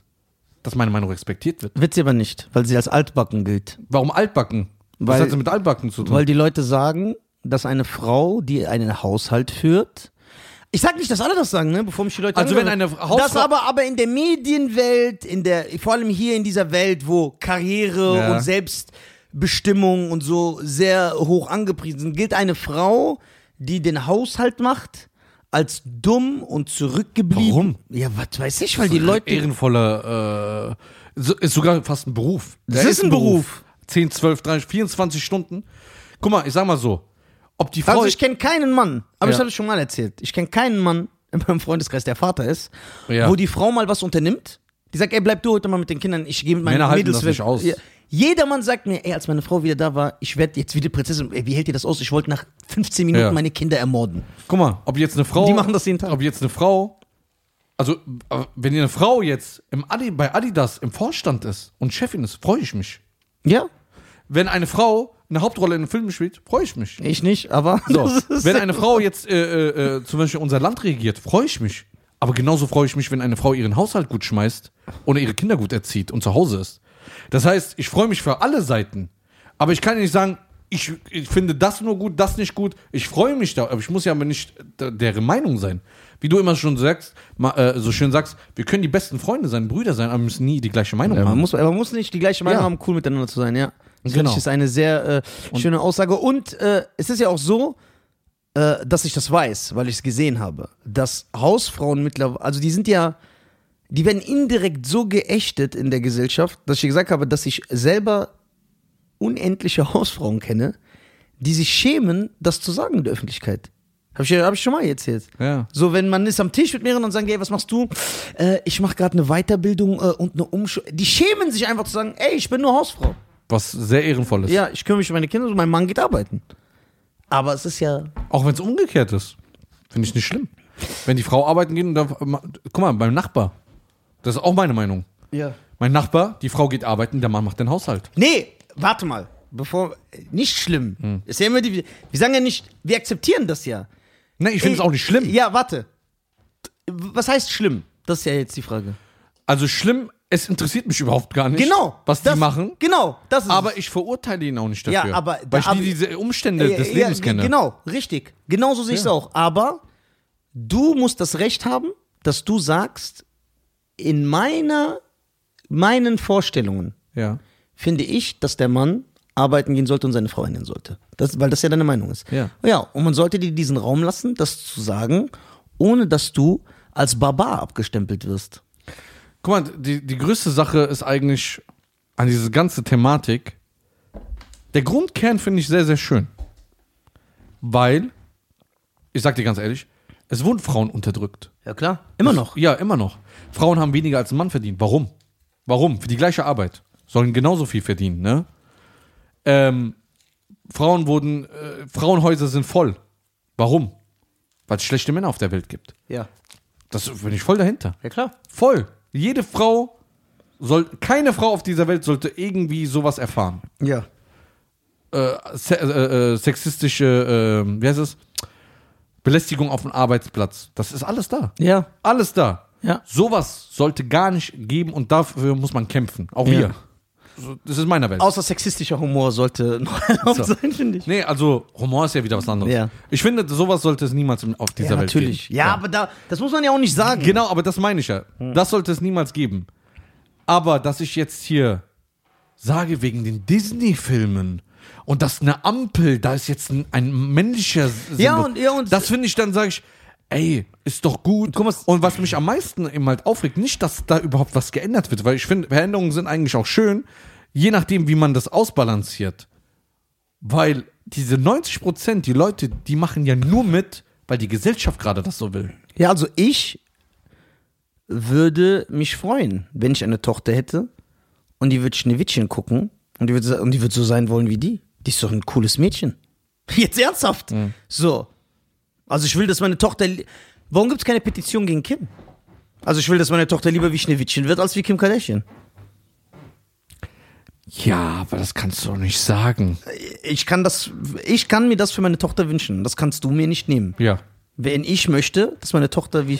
B: dass meine Meinung respektiert wird.
A: Wird sie aber nicht, weil sie als altbacken gilt.
B: Warum altbacken? Was
A: Weil-
B: hat sie mit altbacken zu tun?
A: Weil die Leute sagen, dass eine Frau, die einen Haushalt führt, ich sag nicht, dass alle das sagen, ne? bevor mich die Leute
B: Also wenn
A: angreifen.
B: eine Hausfrau-
A: das aber aber in der Medienwelt, in der vor allem hier in dieser Welt, wo Karriere
B: Ja.
A: und Selbstbestimmung und so sehr hoch angepriesen sind, gilt eine Frau, die den Haushalt macht, als dumm und zurückgeblieben.
B: Warum?
A: Ja, was weiß ich, weil die Leute
B: ehrenvoller, äh, so- ist sogar fast ein Beruf.
A: Das
B: Der
A: ist ein Beruf.
B: 10, 12, 13, 24 Stunden. Guck mal, ich sag mal so, ob die Frau,
A: Also ich kenne keinen Mann, aber
B: Ja.
A: ich habe es schon mal erzählt. Ich kenne keinen Mann in meinem Freundeskreis, der Vater ist,
B: Ja.
A: wo die Frau mal was unternimmt. Die sagt, ey, bleib du heute mal mit den Kindern, ich gehe mit meinen
B: Männer halten
A: Mädels
B: das
A: weg.
B: nicht aus.
A: Ja. Jeder Mann sagt mir, ey, als meine Frau wieder da war, ich werde jetzt wieder Prinzessin, ey, wie hält ihr das aus? Ich wollte nach 15 Minuten
B: Ja.
A: meine Kinder ermorden.
B: guck mal, ob jetzt eine Frau,
A: Die machen das jeden Tag.
B: ob jetzt eine Frau, also äh, wenn eine Frau jetzt im Adi, bei Adidas im Vorstand ist und Chefin ist, freue ich mich.
A: Ja,
B: Wenn eine Frau eine Hauptrolle in einem Film spielt, freue ich mich.
A: ich nicht, aber
B: So,
A: das ist-
B: wenn eine Frau jetzt äh, äh, äh, zum Beispiel unser Land regiert, freue ich mich. Aber genauso freue ich mich, wenn eine Frau ihren Haushalt gut schmeißt oder ihre Kinder gut erzieht und zu Hause ist. Das heißt, ich freue mich für alle Seiten. Aber ich kann nicht sagen, ich, ich finde das nur gut, das nicht gut. Ich freue mich da, aber ich muss ja aber nicht d- deren Meinung sein. Wie du immer schon sagst, ma, äh, so schön sagst, wir können die besten Freunde sein, Brüder sein, aber wir müssen nie die gleiche Meinung
A: Ja, man,
B: haben.
A: Ähm, muss, man muss nicht die gleiche Meinung
B: Ja.
A: haben, cool miteinander zu sein, ja. Das
B: Genau.
A: genau. ist eine sehr äh, schöne Aussage. Und äh, es ist ja auch so, äh, dass ich das weiß, weil ich es gesehen habe, dass Hausfrauen mittlerweile, also die sind ja, die werden indirekt so geächtet in der Gesellschaft, dass ich gesagt habe, dass ich selber unendliche Hausfrauen kenne, die sich schämen, das zu sagen in der Öffentlichkeit. Habe ich, hab ich schon mal erzählt.
B: Ja.
A: So, wenn man ist am Tisch mit mehreren und sagt, ey, was machst du? Äh, ich mache gerade eine Weiterbildung äh, und eine Umschule. Die schämen sich einfach zu sagen, ey, ich bin nur Hausfrau.
B: Was sehr ehrenvoll ist.
A: Ja, ich kümmere mich um meine Kinder und mein Mann geht arbeiten. Aber es ist ja.
B: Auch wenn es umgekehrt ist. Finde ich nicht schlimm. Wenn die Frau arbeiten geht und dann. Guck mal, beim Nachbar. Das ist auch meine Meinung.
A: ja.
B: Mein Nachbar, die Frau geht arbeiten, der Mann macht den Haushalt.
A: Nee, warte mal. Bevor. Nicht schlimm.
B: Hm.
A: Ist ja immer die, wir sagen ja nicht, wir akzeptieren das ja.
B: Ne, ich finde es auch nicht schlimm.
A: Äh, Ja, warte. Was heißt schlimm? Das ist ja jetzt die Frage.
B: Also schlimm, es interessiert mich überhaupt gar nicht,
A: Genau.
B: was
A: das,
B: die machen.
A: Genau, das ist
B: Aber ich verurteile ihn auch nicht
A: Ja,
B: dafür.
A: aber-
B: weil ich
A: aber-
B: nie diese Umstände
A: Ja,
B: des
A: ja,
B: Lebens
A: ge-
B: kenne.
A: Genau, richtig. Genau so sehe ich es
B: Ja.
A: auch. Aber du musst das Recht haben, dass du sagst, in meiner, meinen Vorstellungen
B: Ja.
A: finde ich, dass der Mann arbeiten gehen sollte und seine Frau ändern sollte. Das, weil das ja deine Meinung ist.
B: Ja.
A: ja, und man sollte dir diesen Raum lassen, das zu sagen, ohne dass du als Barbar abgestempelt wirst.
B: Guck mal, die, die größte Sache ist eigentlich an diese ganze Thematik. Der Grundkern finde ich sehr, sehr schön. Weil, ich sag dir ganz ehrlich, es wurden Frauen unterdrückt.
A: Ja, klar. Immer noch.
B: Ja, immer noch. Frauen haben weniger als ein Mann verdient. Warum? Warum? Für die gleiche Arbeit. Sollen genauso viel verdienen, ne? Ähm, Frauen wurden, äh, Frauenhäuser sind voll. Warum? Weil es schlechte Männer auf der Welt gibt.
A: Ja.
B: Das bin ich voll dahinter.
A: Ja, klar.
B: Voll. Jede Frau soll, keine Frau auf dieser Welt sollte irgendwie sowas erfahren.
A: Ja.
B: Äh, se äh, äh, sexistische, äh, wie heißt es? Belästigung auf dem Arbeitsplatz. Das ist alles da.
A: Ja.
B: Alles da.
A: Ja.
B: Sowas sollte gar nicht geben und dafür muss man kämpfen. Auch
A: Ja.
B: wir. So, Das ist meiner Welt.
A: Außer sexistischer Humor sollte noch erlaubt sein, finde ich.
B: nee, also Humor ist ja wieder was anderes.
A: Ja.
B: Ich finde, sowas sollte es niemals auf dieser
A: ja,
B: Welt geben.
A: natürlich. Ja, aber da, das muss man ja auch nicht sagen. Hm.
B: Genau, aber das meine ich ja. Das sollte es niemals geben. Aber dass ich jetzt hier sage, wegen den Disney-Filmen und dass eine Ampel, da ist jetzt ein, ein männlicher S-
A: Ja,
B: Symbol.
A: und- ja, und-
B: Das finde ich, dann sage ich, ey, ist doch gut.
A: Guck mal, es-
B: und was mich am meisten eben halt aufregt, nicht, dass da überhaupt was geändert wird, weil ich finde, Veränderungen sind eigentlich auch schön, je nachdem, wie man das ausbalanciert. Weil diese 90 Prozent, die Leute, die machen ja nur mit, weil die Gesellschaft gerade das so will.
A: Ja, also ich würde mich freuen, wenn ich eine Tochter hätte und die würde Schneewittchen gucken und die würde, sa- und die würde so sein wollen wie die. Die ist doch ein cooles Mädchen. Jetzt ernsthaft. So. Also ich will, dass meine Tochter. li- Warum gibt es keine Petition gegen Kim? Also ich will, dass meine Tochter lieber wie Schneewittchen wird als wie Kim Kardashian.
B: Ja, aber das kannst du doch nicht sagen.
A: Ich kann das, ich kann mir das für meine Tochter wünschen. Das kannst du mir nicht nehmen.
B: Ja.
A: Wenn ich möchte, dass meine Tochter wie.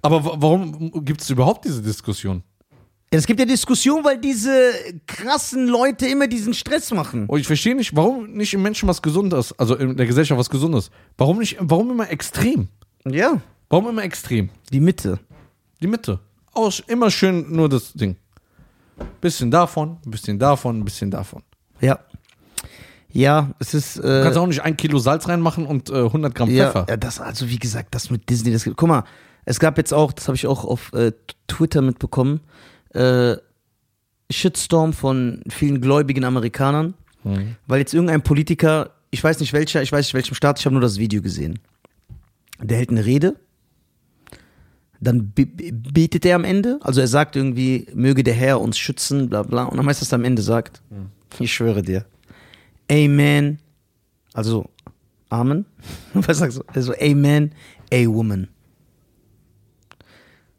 B: Aber wa- warum gibt es überhaupt diese Diskussion?
A: Ja, Es gibt ja Diskussion, weil diese krassen Leute immer diesen Stress machen.
B: Und Oh, ich verstehe nicht, warum nicht im Menschen was Gesundes, also in der Gesellschaft was Gesundes. Warum nicht, warum immer extrem?
A: Ja.
B: Warum immer extrem?
A: Die Mitte.
B: Die Mitte. Aus, immer schön nur das Ding. Bisschen davon, bisschen davon, bisschen davon.
A: Ja. Ja, es ist.
B: Du
A: Äh,
B: kannst auch nicht ein Kilo Salz reinmachen und äh, 100 Gramm
A: ja,
B: Pfeffer.
A: ja, das, also wie gesagt, das mit Disney, das gibt. Guck mal, es gab jetzt auch, das habe ich auch auf äh, Twitter mitbekommen, äh, Shitstorm von vielen gläubigen Amerikanern, weil jetzt irgendein Politiker, ich weiß nicht welcher, ich weiß nicht welchem Staat, ich habe nur das Video gesehen. Der hält eine Rede, dann be- be- betet er am Ende, also er sagt irgendwie, möge der Herr uns schützen, bla bla, und dann heißt das am Ende sagt, ich schwöre dir, Amen, also Amen, was sagst du, also Amen, a woman.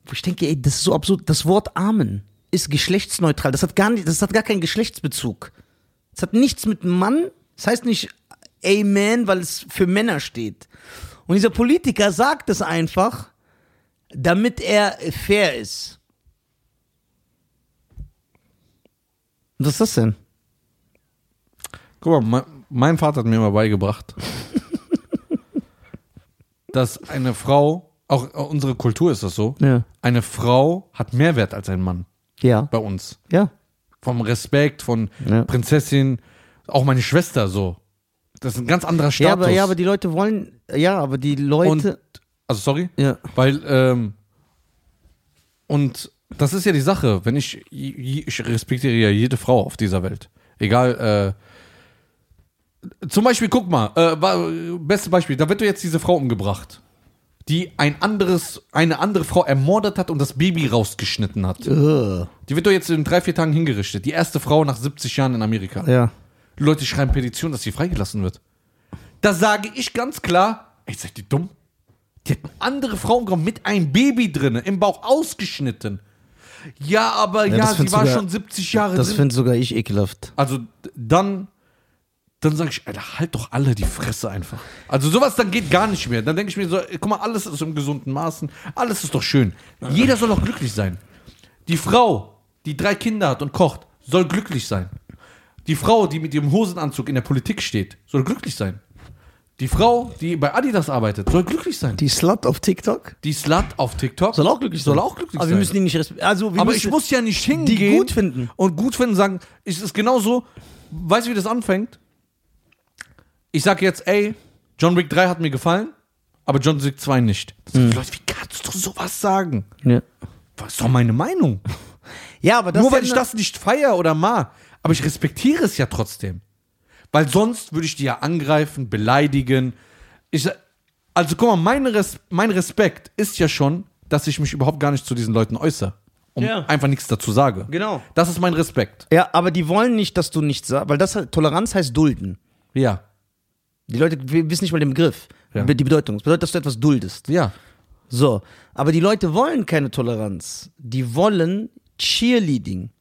A: Wo ich denke, ey, das ist so absurd, das Wort Amen ist geschlechtsneutral, das hat gar, nicht, das hat gar keinen Geschlechtsbezug. Es hat nichts mit Mann, es heißt nicht Amen, weil es für Männer steht. Und dieser Politiker sagt es einfach, damit er fair ist. Was ist das denn?
B: Guck mal, mein, mein Vater hat mir immer beigebracht, dass eine Frau, auch unsere Kultur ist das so,
A: Ja.
B: eine Frau hat mehr Wert als ein Mann
A: Ja.
B: bei uns.
A: Ja.
B: Vom Respekt, von
A: Ja.
B: Prinzessin, auch meine Schwester so. Das ist ein ganz anderer Status.
A: Ja aber, ja, aber die Leute wollen, ja, aber die
B: und,
A: Leute.
B: also sorry,
A: ja.
B: Weil, ähm, und das ist ja die Sache, wenn ich, ich respektiere ja jede Frau auf dieser Welt. Egal, äh, zum Beispiel, guck mal, äh, wa- beste Beispiel, da wird jetzt diese Frau umgebracht, die ein anderes, eine andere Frau ermordet hat und das Baby rausgeschnitten hat.
A: Ugh.
B: Die wird doch jetzt in drei, vier Tagen hingerichtet. Die erste Frau nach 70 Jahren in Amerika.
A: Ja.
B: Die Leute schreiben Petition, dass sie freigelassen wird. Da sage ich ganz klar, ey, seid ihr dumm? Die hat andere Frauen genommen mit einem Baby drinne, im Bauch ausgeschnitten. Ja, aber ja,
A: das
B: sie
A: findest
B: war
A: du ja-
B: schon 70 Jahre
A: Das
B: drin.
A: finde sogar ich ekelhaft.
B: Also d- dann, dann sage ich, Alter, halt doch alle die Fresse einfach. Also sowas dann geht gar nicht mehr. Dann denke ich mir so, ey, guck mal, alles ist im gesunden Maßen, alles ist doch schön. Jeder soll doch glücklich sein. Die Frau, die drei Kinder hat und kocht, soll glücklich sein. Die Frau, die mit ihrem Hosenanzug in der Politik steht, soll glücklich sein. Die Frau, die bei Adidas arbeitet, soll glücklich sein. Die,
A: Slut auf TikTok?
B: Slut auf TikTok
A: Soll auch glücklich sein.
B: soll auch glücklich
A: Aber
B: sein.
A: wir müssen die nicht respektieren. Also, wir
B: Aber
A: müssen
B: ich muss ja nicht hingehen.
A: gut finden.
B: Und gut finden sagen, es ist genauso, weißt du, wie das anfängt? Ich sag jetzt, ey, John Wick 3 hat mir gefallen, aber John Wick 2 nicht. Sagen die Leute, wie kannst du sowas sagen?
A: Ja,
B: Das ist doch meine Meinung.
A: ja aber das
B: Nur
A: ist ja
B: weil ich
A: eine-
B: das nicht feier oder mag. Aber ich respektiere es ja trotzdem. Weil sonst würde ich die ja angreifen, beleidigen. Ich, sa- also guck mal, mein, Res, mein Respekt ist ja schon, dass ich mich überhaupt gar nicht zu diesen Leuten äußere. Und
A: Ja.
B: einfach nichts dazu sage.
A: Genau.
B: Das ist mein Respekt.
A: Ja, aber die wollen nicht, dass du nichts sagst, weil das halt- Toleranz heißt dulden.
B: Ja.
A: Die Leute w- wissen nicht mal den Begriff,
B: Ja.
A: die Bedeutung. Das bedeutet, dass du etwas duldest.
B: Ja.
A: So, aber die Leute wollen keine Toleranz. Die wollen Cheerleading.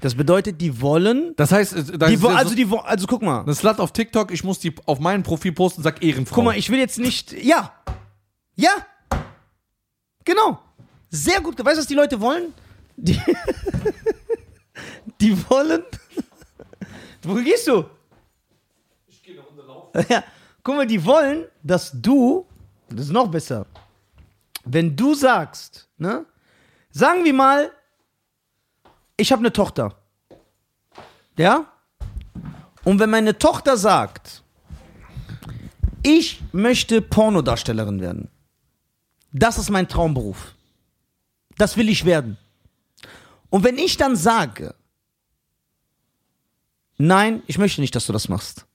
A: Das bedeutet, die wollen.
B: Das heißt, äh, da
A: Die,
B: ist
A: wo,
B: ja
A: also,
B: so,
A: die, wo- also guck mal.
B: eine Slut auf TikTok, ich muss die auf meinem Profil posten, sag Ehrenfrau.
A: Guck mal, ich will jetzt nicht. Ja! Ja! Genau! Sehr gut. Weißt du, was die Leute wollen? Die, die wollen. Wo gehst du? Ja. Guck mal, die wollen, dass du. Das ist noch besser. Wenn du sagst, ne? Sagen wir mal, ich habe eine Tochter. Ja? Und wenn meine Tochter sagt, ich möchte Pornodarstellerin werden. das ist mein Traumberuf. Das will ich werden. Und wenn ich dann sage, nein, ich möchte nicht, dass du das machst.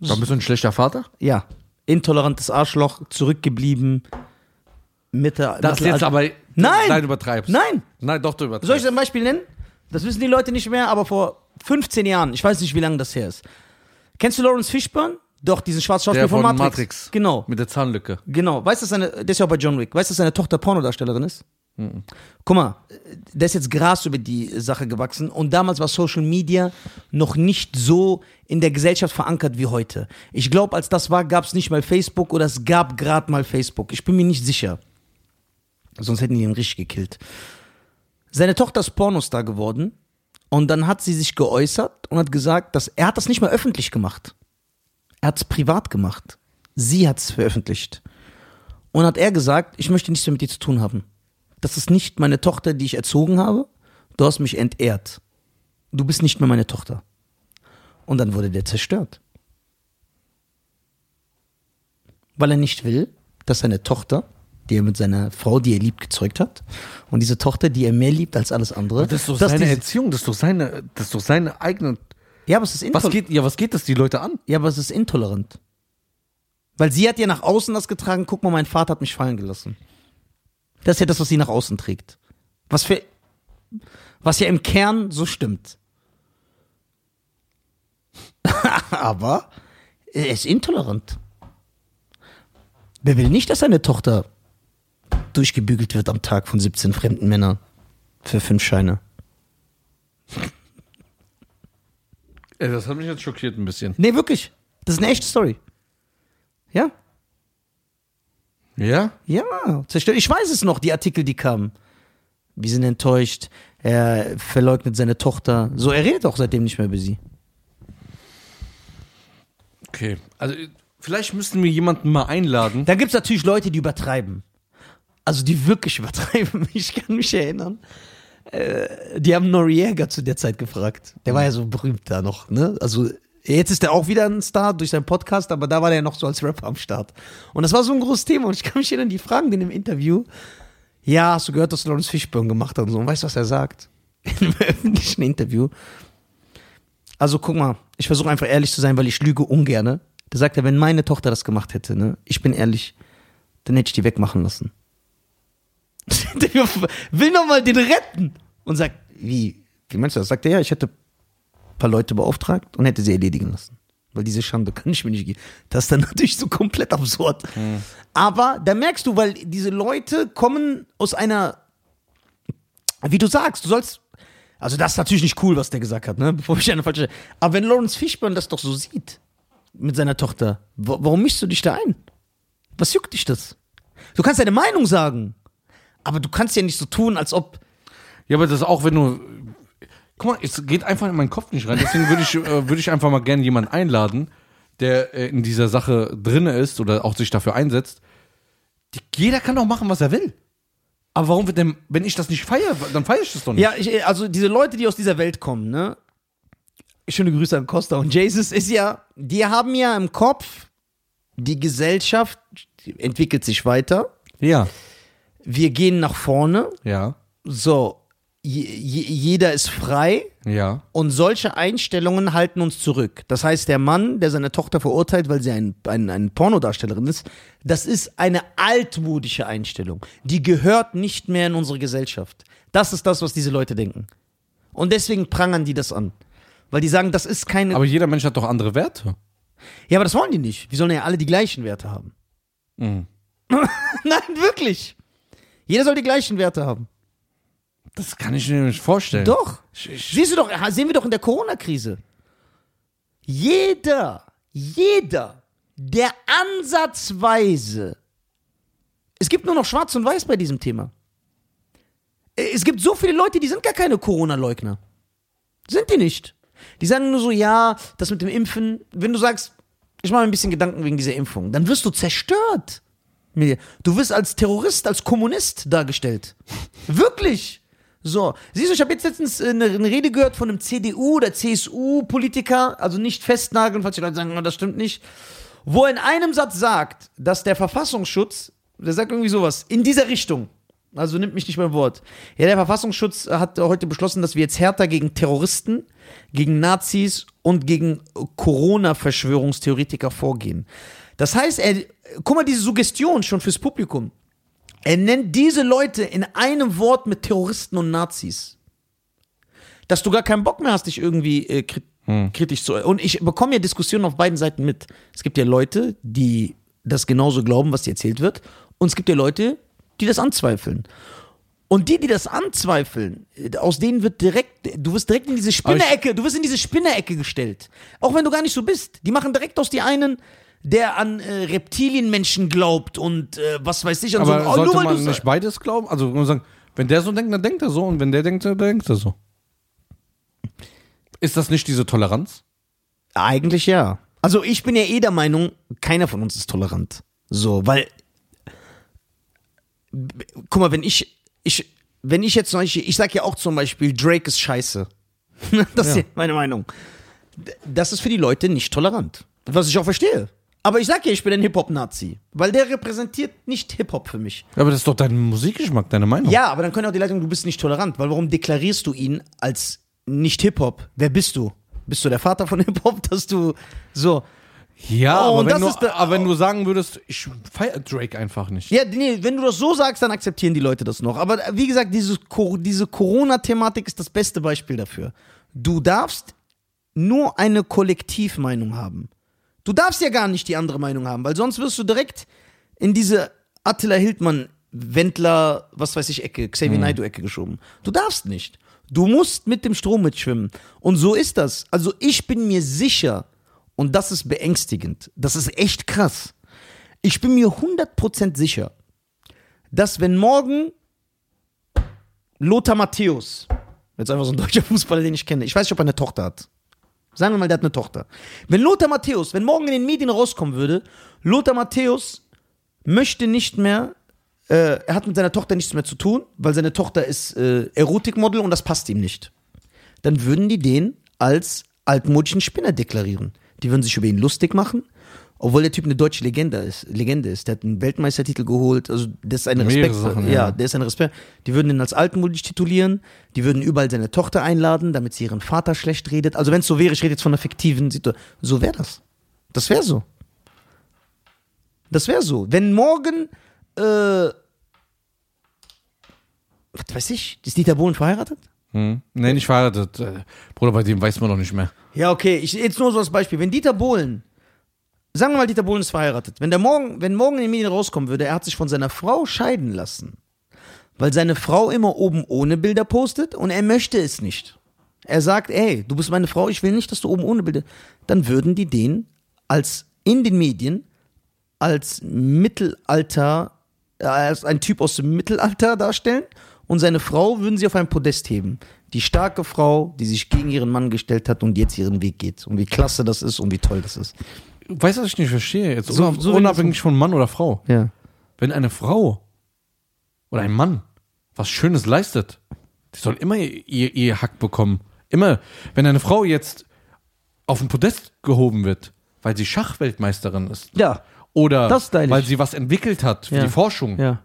B: Dann bist du ein schlechter Vater?
A: Ja, intolerantes Arschloch, zurückgeblieben, Mitte.
B: Das jetzt
A: Mittelalter-
B: aber.
A: Nein!
B: Nein, du übertreibst.
A: Nein!
B: Nein, doch, du
A: Soll ich
B: übertreibst.
A: ein Beispiel nennen? Das wissen die Leute nicht mehr, aber vor 15 Jahren, ich weiß nicht, wie lange das her ist. Kennst du Lawrence Fishburne? Doch, diesen schwarzen Schauspieler
B: Der
A: von
B: von
A: Matrix.
B: Matrix.
A: Genau,
B: Mit der Zahnlücke.
A: genau. Weißt du, dass seine, der ist ja auch bei John Wick. Weißt du, dass seine Tochter Pornodarstellerin ist? Guck mal, da ist jetzt Gras über die Sache gewachsen und damals war Social Media noch nicht so in der Gesellschaft verankert wie heute. Ich glaube, als das war, gab es nicht mal Facebook oder es gab gerade mal Facebook. Ich bin mir nicht sicher. Sonst hätten die ihn richtig gekillt. Seine Tochter ist Pornostar geworden und dann hat sie sich geäußert und hat gesagt, dass er hat das nicht mal öffentlich gemacht. Er hat es privat gemacht. Sie hat es veröffentlicht. Und hat er gesagt, ich möchte nichts mehr mit dir zu tun haben. Das ist nicht meine Tochter, die ich erzogen habe. Du hast mich entehrt. Du bist nicht mehr meine Tochter. Und dann wurde der zerstört. Weil er nicht will, dass seine Tochter, die er mit seiner Frau, die er liebt, gezeugt hat, und diese Tochter, die er mehr liebt als alles andere,
B: Das ist doch
A: dass
B: seine
A: diese-
B: Erziehung, das ist doch seine, das ist doch seine eigene.
A: ja, aber es ist
B: Was
A: intolerant.
B: geht, ja, was geht das die Leute an?
A: Ja, aber es ist intolerant. Weil sie hat ja nach außen das getragen, guck mal, mein Vater hat mich fallen gelassen. Das ist ja das, was sie nach außen trägt. Was für. Was ja im Kern so stimmt. aber er ist intolerant. Wer will nicht, dass seine Tochter durchgebügelt wird am Tag von 17 fremden Männern für fünf Scheine?
B: Ey, das hat mich jetzt schockiert ein bisschen.
A: Nee, wirklich. Das ist eine echte Story. Ja?
B: Ja?
A: Ja, zerstört. Ich weiß es noch, die Artikel, die kamen. Wir sind enttäuscht. Er verleugnet seine Tochter. So, er redet auch seitdem nicht mehr über sie.
B: Okay. Also, vielleicht müssten wir jemanden mal einladen.
A: Dann gibt es natürlich Leute, die übertreiben. Also, die wirklich übertreiben. Ich kann mich erinnern. Äh, die haben Noriega zu der Zeit gefragt. Der war ja so berühmt da noch, ne? Also, jetzt ist er auch wieder ein Star durch seinen Podcast, aber da war der noch so als Rapper am Start. Und das war so ein großes Thema. Und ich kann mich erinnern, die fragen den im Interview. Ja, hast du gehört, dass Lawrence Fishburne gemacht hat und so. Und weißt du, was er sagt? In einem öffentlichen Interview. Also guck mal, ich versuche einfach ehrlich zu sein, weil ich lüge ungerne. Da sagt er, wenn meine Tochter das gemacht hätte, ne, ich bin ehrlich, dann hätte ich die wegmachen lassen. Der Will nochmal den retten und sagt, wie, wie meinst du das? Sagt er, ja, ich hätte ein paar Leute beauftragt und hätte sie erledigen lassen. Weil diese Schande kann ich mir nicht geben. Das ist dann natürlich so komplett absurd. Aber da merkst du, weil diese Leute kommen aus einer wie du sagst, du sollst. Also, das ist natürlich nicht cool, was der gesagt hat, ne? Bevor ich eine falsche. Aber wenn Lawrence Fishburne das doch so sieht mit seiner Tochter, wa- warum mischst du dich da ein? Was juckt dich das? Du kannst deine Meinung sagen, aber du kannst ja nicht so tun, als ob.
B: Ja, aber das ist auch, wenn du. Guck mal, es geht einfach in meinen Kopf nicht rein. Deswegen würde ich, äh, würde ich einfach mal gerne jemanden einladen, der äh, in dieser Sache drinne ist oder auch sich dafür einsetzt. Die, jeder kann doch machen, was er will. Aber warum wird denn, wenn ich das nicht feiere, dann feiere ich das doch nicht.
A: Ja, ich, also diese Leute, die aus dieser Welt kommen, ne? Schöne Grüße an Costa und Jesus ist ja, die haben ja im Kopf, die Gesellschaft entwickelt sich weiter,
B: Ja.
A: wir gehen nach vorne,
B: Ja.
A: so, je, je, jeder ist frei,
B: Ja.
A: Und solche Einstellungen halten uns zurück. Das heißt, der Mann, der seine Tochter verurteilt, weil sie ein, ein, eine Pornodarstellerin ist, das ist eine altmodische Einstellung. Die gehört nicht mehr in unsere Gesellschaft. Das ist das, was diese Leute denken. Und deswegen prangern die das an. Weil die sagen, das ist keine.
B: Aber jeder Mensch hat doch andere Werte.
A: ja, aber das wollen die nicht. Wir sollen ja alle die gleichen Werte haben. Nein, wirklich. Jeder soll die gleichen Werte haben.
B: Das kann ich mir nicht vorstellen.
A: Doch.
B: Ich, ich,
A: Siehst du doch, ha- sehen wir doch in der Corona-Krise. Jeder, jeder, der ansatzweise. Es gibt nur noch Schwarz und Weiß bei diesem Thema. Äh, Es gibt so viele Leute, die sind gar keine Corona-Leugner. Sind die nicht. Die sagen nur so, ja, das mit dem Impfen. Wenn du sagst, ich mache mir ein bisschen Gedanken wegen dieser Impfung, dann wirst du zerstört. Mir. Du wirst als Terrorist, als Kommunist dargestellt. Wirklich. So, siehst du, ich habe jetzt letztens äh, eine, eine Rede gehört von einem CDU oder CSU-Politiker, also nicht festnageln, falls die Leute sagen, "Oh, das stimmt nicht. wo er in einem Satz sagt, dass der Verfassungsschutz, der sagt irgendwie sowas, in dieser Richtung, also nimmt mich nicht beim Wort. Ja, der Verfassungsschutz hat heute beschlossen, dass wir jetzt härter gegen Terroristen, gegen Nazis und gegen Corona-Verschwörungstheoretiker vorgehen. Das heißt, er, guck mal, diese Suggestion schon fürs Publikum. Er nennt diese Leute in einem Wort mit Terroristen und Nazis. Dass du gar keinen Bock mehr hast, dich irgendwie äh, kri kritisch zu. Und ich bekomme ja Diskussionen auf beiden Seiten mit. Es gibt ja Leute, die das genauso glauben, was dir erzählt wird. Und es gibt ja Leute, die das anzweifeln. Und die, die das anzweifeln, äh, aus denen wird direkt, du wirst direkt in diese Spinnerecke, du wirst in diese Spinnerecke gestellt. Auch wenn du gar nicht so bist. Die machen direkt aus dir einen, der an äh, Reptilienmenschen glaubt und äh, was weiß ich. Und
B: Aber
A: so. Oh,
B: sollte
A: weil
B: man
A: du-
B: nicht beides glauben? Also muss man sagen, wenn der so denkt, dann denkt er so und wenn der denkt, dann denkt er so. Ist das nicht diese Toleranz?
A: Eigentlich ja. Also ich bin ja eh der Meinung, keiner von uns ist tolerant. So, weil. B- Guck mal, wenn ich. ich wenn ich jetzt zum Beispiel, ich sag ja auch zum Beispiel, Drake ist scheiße. das ist ja meine Meinung. D- Das ist für die Leute nicht tolerant. Was ich auch verstehe. Aber ich sag ja, ich bin ein Hip-Hop-Nazi. Weil der repräsentiert nicht Hip-Hop für mich.
B: Aber das ist doch dein Musikgeschmack, deine Meinung.
A: Ja, aber dann können auch die Leitung, du bist nicht tolerant, weil warum deklarierst du ihn als nicht Hip-Hop? Wer bist du? Bist du der Vater von Hip-Hop, dass du so.
B: Ja,
A: Oh, und
B: aber,
A: das
B: wenn du,
A: ist der-
B: aber wenn du sagen würdest, ich feier Drake einfach nicht.
A: Ja, nee, wenn du das so sagst, dann akzeptieren die Leute das noch. Aber äh, wie gesagt, dieses, Co- diese Corona-Thematik ist das beste Beispiel dafür. Du darfst nur eine Kollektivmeinung haben. Du darfst ja gar nicht die andere Meinung haben, weil sonst wirst du direkt in diese Attila Hildmann, Wendler, was weiß ich, Ecke, Xavier Naidoo Ecke geschoben. Du darfst nicht. Du musst mit dem Strom mitschwimmen. Und so ist das. Also ich bin mir sicher, und das ist beängstigend, das ist echt krass. Ich bin mir 100% sicher, dass wenn morgen Lothar Matthäus, jetzt einfach so ein deutscher Fußballer, den ich kenne, ich weiß nicht, ob er eine Tochter hat. Sagen wir mal, der hat eine Tochter. Wenn Lothar Matthäus, wenn morgen in den Medien rauskommen würde, Lothar Matthäus möchte nicht mehr, äh, er hat mit seiner Tochter nichts mehr zu tun, weil seine Tochter ist äh, Erotikmodel und das passt ihm nicht. Dann würden die den als altmodischen Spinner deklarieren. Die würden sich über ihn lustig machen, obwohl der Typ eine deutsche Legende ist. Legende ist. Der hat einen Weltmeistertitel geholt, also das ist ein
B: Mehrere
A: Respekt.
B: Sachen,
A: ja,
B: ja.
A: der ist ein Respekt. Die würden ihn als altmodisch titulieren, die würden überall seine Tochter einladen, damit sie ihren Vater schlecht redet. Also wenn es so wäre, ich rede jetzt von einer fiktiven Situation. So wäre das. Das wäre so. Das wäre so. Wenn morgen, äh, was weiß ich, ist Dieter Bohlen verheiratet?
B: Hm? Nee, nicht verheiratet. Äh, Bruder, bei dem weiß man noch nicht mehr.
A: Ja, okay, ich, jetzt nur so als Beispiel. Wenn Dieter Bohlen, sagen wir mal, Dieter Bohlen ist verheiratet, wenn, der morgen, wenn morgen in den Medien rauskommen würde, er hat sich von seiner Frau scheiden lassen, weil seine Frau immer oben ohne Bilder postet und er möchte es nicht. Er sagt, ey, du bist meine Frau, ich will nicht, dass du oben ohne Bilder. Dann würden die den als in den Medien als Mittelalter, äh, als ein Typ aus dem Mittelalter darstellen und seine Frau würden sie auf ein Podest heben. Die starke Frau, die sich gegen ihren Mann gestellt hat und jetzt ihren Weg geht. Und wie klasse das ist und wie toll das ist.
B: Weißt du, was ich nicht verstehe? Jetzt
A: So-
B: un-
A: so-
B: unabhängig von Mann oder Frau.
A: Ja.
B: Wenn eine Frau oder ein Mann was Schönes leistet, die soll immer ihr, ihr, ihr Hack bekommen. Immer. Wenn eine Frau jetzt auf ein Podest gehoben wird, weil sie Schachweltmeisterin ist
A: Ja.
B: oder
A: Das ist stylisch.
B: weil sie was entwickelt hat für
A: Ja.
B: die Forschung,
A: Ja.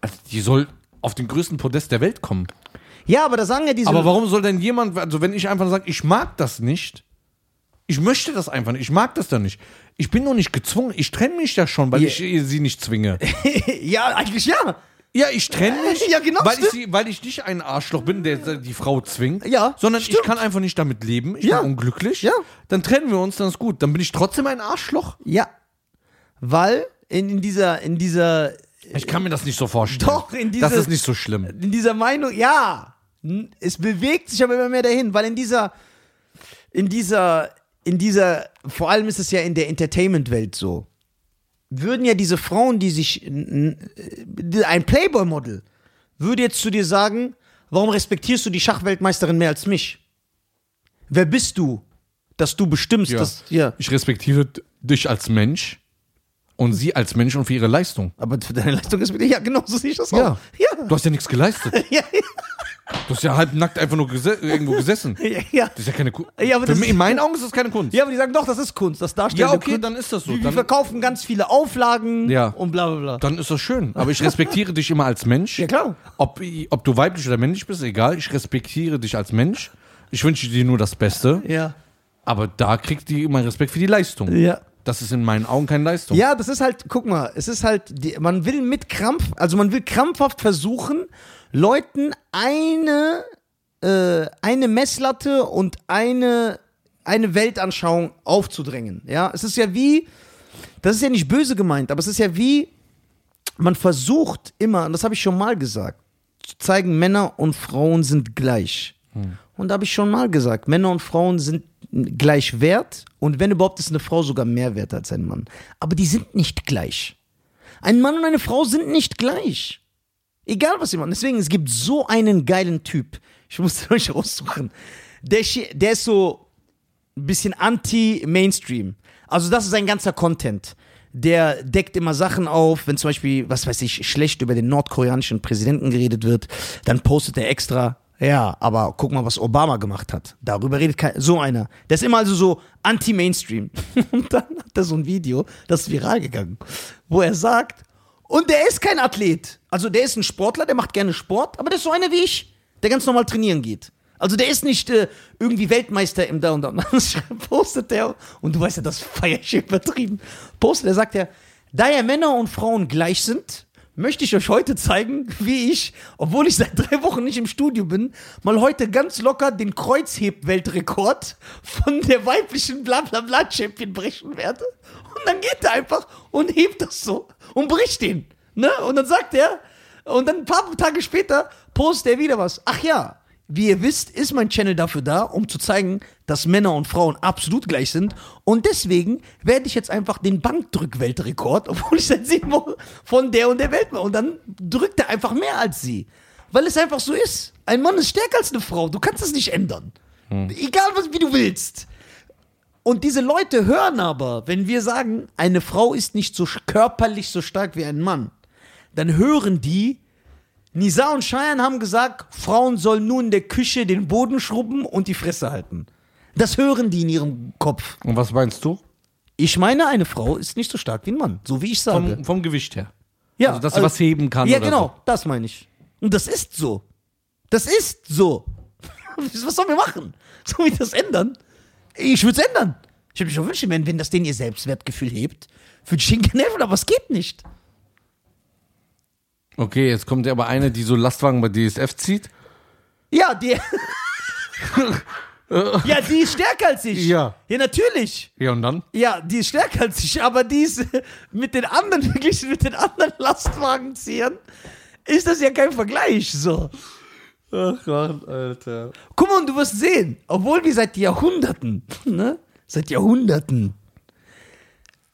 B: also die soll auf den größten Podest der Welt kommen.
A: Ja, aber da sagen ja diese.
B: Aber warum soll denn jemand, also wenn ich einfach sage, ich mag das nicht, ich möchte das einfach nicht, ich mag das dann nicht. Ich bin noch nicht gezwungen, ich trenne mich ja schon, weil
A: Ja.
B: ich sie nicht zwinge.
A: ja, eigentlich ja.
B: Ja, ich trenne mich,
A: Ja, genau,
B: weil, ich
A: stimmt.
B: sie, weil ich nicht ein Arschloch bin, der die Frau zwingt,
A: Ja,
B: sondern
A: stimmt.
B: ich kann einfach nicht damit leben, ich
A: Ja.
B: bin unglücklich.
A: Ja.
B: Dann trennen wir uns, dann ist gut. Dann bin ich trotzdem ein Arschloch.
A: Ja. Weil in, in dieser, in dieser,
B: Ich kann mir das nicht so vorstellen.
A: Doch, in
B: Das
A: diese-
B: ist nicht so schlimm.
A: in dieser Meinung, ja, n- es bewegt sich aber immer mehr dahin, weil in dieser, in dieser, in dieser, vor allem ist es ja in der Entertainment-Welt so, würden ja diese Frauen, die sich, n- n- ein Playboy-Model, würde jetzt zu dir sagen, warum respektierst du die Schachweltmeisterin mehr als mich? Wer bist du, dass du bestimmst,
B: Ja.
A: dass, ja.
B: Ich respektiere dich als Mensch und sie als Mensch und für ihre Leistung.
A: Aber für deine Leistung ist, ja, genau so sehe ich das auch.
B: Du hast ja nichts geleistet.
A: Ja, ja.
B: Du hast ja halb nackt einfach nur gese irgendwo gesessen. Das
A: Ja, ja.
B: ist ja keine Kunst.
A: Ja, aber das-
B: in meinen Augen ist das keine Kunst.
A: ja, aber die sagen doch, das ist Kunst, das Darstellen.
B: Ja, okay,
A: Kunst.
B: dann ist das so.
A: Die, die
B: Dann-
A: verkaufen ganz viele Auflagen
B: Ja.
A: und bla bla bla.
B: Dann ist das schön. Aber ich respektiere dich immer als Mensch.
A: Ja, klar.
B: Ob, ob du weiblich oder männlich bist, egal. Ich respektiere dich als Mensch. Ich wünsche dir nur das Beste.
A: Ja.
B: Aber da kriegt die immer Respekt für die Leistung.
A: Ja.
B: Das ist in meinen Augen keine Leistung.
A: Ja, das ist halt, guck mal, es ist halt, die, man will mit Krampf, also man will krampfhaft versuchen, Leuten eine, äh, eine Messlatte und eine, eine Weltanschauung aufzudrängen. Ja, es ist ja wie, das ist ja nicht böse gemeint, aber es ist ja wie, man versucht immer, und das habe ich schon mal gesagt, zu zeigen, Männer und Frauen sind gleich. Und da habe ich schon mal gesagt, Männer und Frauen sind gleich wert und wenn überhaupt ist eine Frau sogar mehr wert als ein Mann. Aber die sind nicht gleich. Ein Mann und eine Frau sind nicht gleich. Egal was sie machen. Deswegen, es gibt so einen geilen Typ. Ich muss den euch raussuchen. Der, Schi- der ist so ein bisschen anti-Mainstream. Also das ist ein ganzer Content. Der deckt immer Sachen auf, wenn zum Beispiel, was weiß ich, schlecht über den nordkoreanischen Präsidenten geredet wird, dann postet er extra, ja, aber guck mal, was Obama gemacht hat. Darüber redet kein, so einer. Der ist immer also so anti-Mainstream. Und dann hat er so ein Video, das ist viral gegangen, wo er sagt, und der ist kein Athlet. Also der ist ein Sportler, der macht gerne Sport, aber der ist so einer wie ich, der ganz normal trainieren geht. Also der ist nicht äh, irgendwie Weltmeister im Da und Da. Das postet der, und du weißt ja, das feier ich übertrieben. Postet, er sagt ja, da ja Männer und Frauen gleich sind, möchte ich euch heute zeigen, wie ich, obwohl ich seit drei Wochen nicht im Studio bin, mal heute ganz locker den Kreuzheb-Weltrekord von der weiblichen Blablabla-Champion brechen werde. Und dann geht er einfach und hebt das so und bricht den. Ne? Und dann sagt er, und dann ein paar Tage später postet er wieder was. Ach ja, wie ihr wisst, ist mein Channel dafür da, um zu zeigen, dass Männer und Frauen absolut gleich sind. Und deswegen werde ich jetzt einfach den Bankdrück-Weltrekord, obwohl ich seit sieben Wochen von der und der Welt war. Und dann drückt er einfach mehr als sie. Weil es einfach so ist. Ein Mann ist stärker als eine Frau. Du kannst es nicht ändern. Egal, was, wie du willst. Und diese Leute hören aber, wenn wir sagen, eine Frau ist nicht so sch- körperlich so stark wie ein Mann, dann hören die, Nisa und Cheyenne haben gesagt, Frauen sollen nur in der Küche den Boden schrubben und die Fresse halten. Das hören die in ihrem Kopf.
B: Und was meinst du?
A: Ich meine, eine Frau ist nicht so stark wie ein Mann, so wie ich sage.
B: Vom, vom Gewicht her.
A: ja,
B: also, dass sie was heben kann
A: Ja,
B: oder
A: genau, das meine ich. Und das ist so. Das ist so. Was sollen wir machen? Sollen wir das ändern? Ich würde es ändern. Ich würde mich schon wünschen, wenn, wenn das den ihr Selbstwertgefühl hebt, würde ich hinken helfen, aber es geht nicht.
B: Okay, jetzt kommt ja aber eine, die so Lastwagen bei DSF zieht.
A: Ja, die. ja, die ist stärker als ich.
B: Ja.
A: Ja, natürlich.
B: Ja, und dann?
A: Ja, die ist stärker als ich, aber die ist mit den anderen, verglichen mit den anderen Lastwagenziehern, ist das ja kein Vergleich. So.
B: Ach Gott, Alter.
A: Guck mal, und du wirst sehen, obwohl wir seit Jahrhunderten, ne? Seit Jahrhunderten.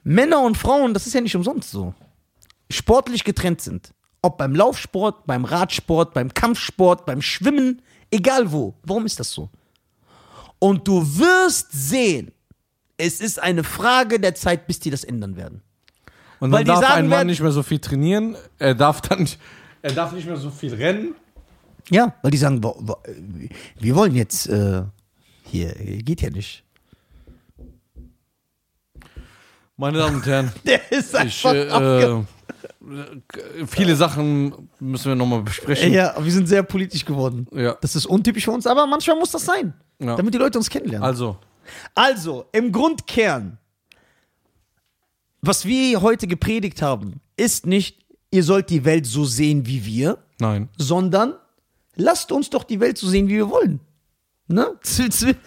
A: Männer und Frauen, das ist ja nicht umsonst so. Sportlich getrennt sind. Ob beim Laufsport, beim Radsport, beim Kampfsport, beim Schwimmen, egal wo. Warum ist das so? Und du wirst sehen, es ist eine Frage der Zeit, bis die das ändern werden.
B: Und
A: Weil
B: dann
A: die
B: darf
A: sagen
B: ein Mann
A: werden-
B: nicht mehr so viel trainieren. Er darf dann, er darf nicht mehr so viel rennen.
A: Ja, weil die sagen, wa- wa- wir wollen jetzt äh, hier, geht ja nicht.
B: Meine Damen und Herren,
A: Der ist
B: ich,
A: einfach abge-
B: äh, äh, viele Sachen müssen wir nochmal besprechen.
A: Ja, wir sind sehr politisch geworden.
B: Ja.
A: Das ist untypisch für uns, aber manchmal muss das sein,
B: Ja.
A: damit die Leute uns kennenlernen.
B: Also,
A: Also, im Grundkern, was wir heute gepredigt haben, ist nicht, ihr sollt die Welt so sehen wie wir,
B: nein.
A: sondern lasst uns doch die Welt so sehen, wie wir wollen. Ne? Z- z-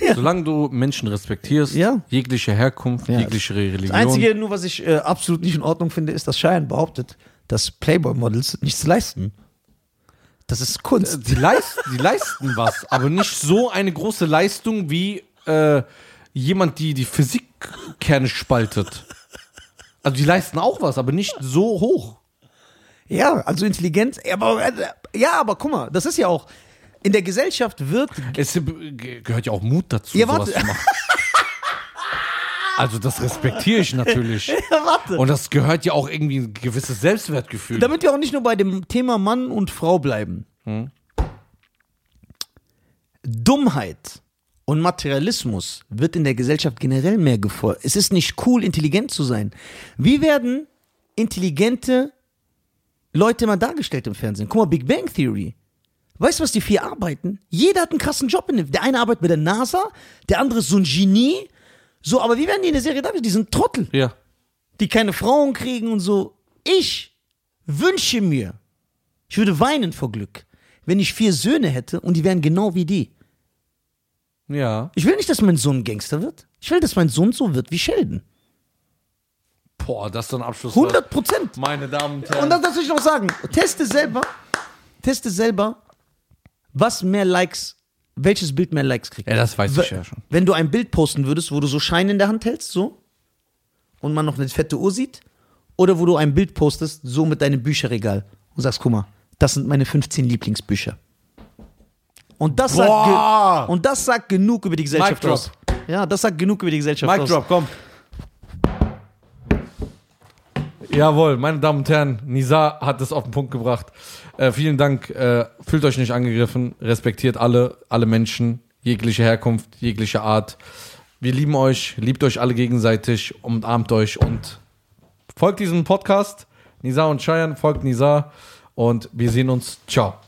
A: Ja.
B: Solange du Menschen respektierst,
A: Ja.
B: jegliche Herkunft,
A: Ja.
B: jegliche Religion.
A: Das Einzige, nur was ich äh, absolut nicht in Ordnung finde, ist, dass Cheyenne behauptet, dass Playboy-Models nichts leisten. Das ist Kunst.
B: die, leist, die leisten was, aber nicht so eine große Leistung wie äh, jemand, die die Physikkerne spaltet. Also die leisten auch was, aber nicht so hoch.
A: Ja, also Intelligenz. Aber, äh, ja, aber guck mal, das ist ja auch. In der Gesellschaft wird.
B: Es ge- gehört ja auch Mut dazu,
A: Ja,
B: sowas
A: warte.
B: zu machen. Also das respektiere ich natürlich.
A: Warte.
B: Und das gehört ja auch irgendwie ein gewisses Selbstwertgefühl.
A: damit wir auch nicht nur bei dem Thema Mann und Frau bleiben. Dummheit und Materialismus wird in der Gesellschaft generell mehr gefordert. Es ist nicht cool, intelligent zu sein. Wie werden intelligente Leute immer dargestellt im Fernsehen? Guck mal, Big Bang Theory. Weißt du, was die vier arbeiten? Jeder hat einen krassen Job. In dem. Der eine arbeitet bei der NASA, der andere ist so ein Genie. So, aber wie werden die in der Serie dargestellt? Die sind Trottel
B: Ja.
A: die keine Frauen kriegen und so. Ich wünsche mir, ich würde weinen vor Glück, wenn ich vier Söhne hätte und die wären genau wie die.
B: Ja.
A: Ich will nicht, dass mein Sohn Gangster wird. Ich will, dass mein Sohn so wird wie Sheldon.
B: Boah, das ist so ein Abschluss.
A: 100 Prozent.
B: Meine Damen und Herren.
A: Und das, das will ich noch sagen. Teste selber, teste selber, was mehr Likes, welches Bild mehr Likes kriegt.
B: Ja, das weiß ich
A: We-
B: ja schon.
A: Wenn du ein Bild posten würdest, wo du so Schein in der Hand hältst, so, und man noch eine fette Uhr sieht, oder wo du ein Bild postest, so mit deinem Bücherregal und sagst, guck mal, das sind meine 15 Lieblingsbücher. Und das, sagt,
B: Boah!
A: ge- und das sagt genug über die Gesellschaft
B: drop.
A: aus. Ja, das sagt genug über die Gesellschaft
B: Mic
A: aus.
B: drop, komm. Jawohl, meine Damen und Herren, Nisa hat es auf den Punkt gebracht. Äh, vielen Dank. Äh, fühlt euch nicht angegriffen. Respektiert alle, alle Menschen, jegliche Herkunft, jegliche Art. Wir lieben euch, liebt euch alle gegenseitig, umarmt euch und folgt diesem Podcast. Nisa und Cheyenne, folgt Nisa und wir sehen uns. Ciao.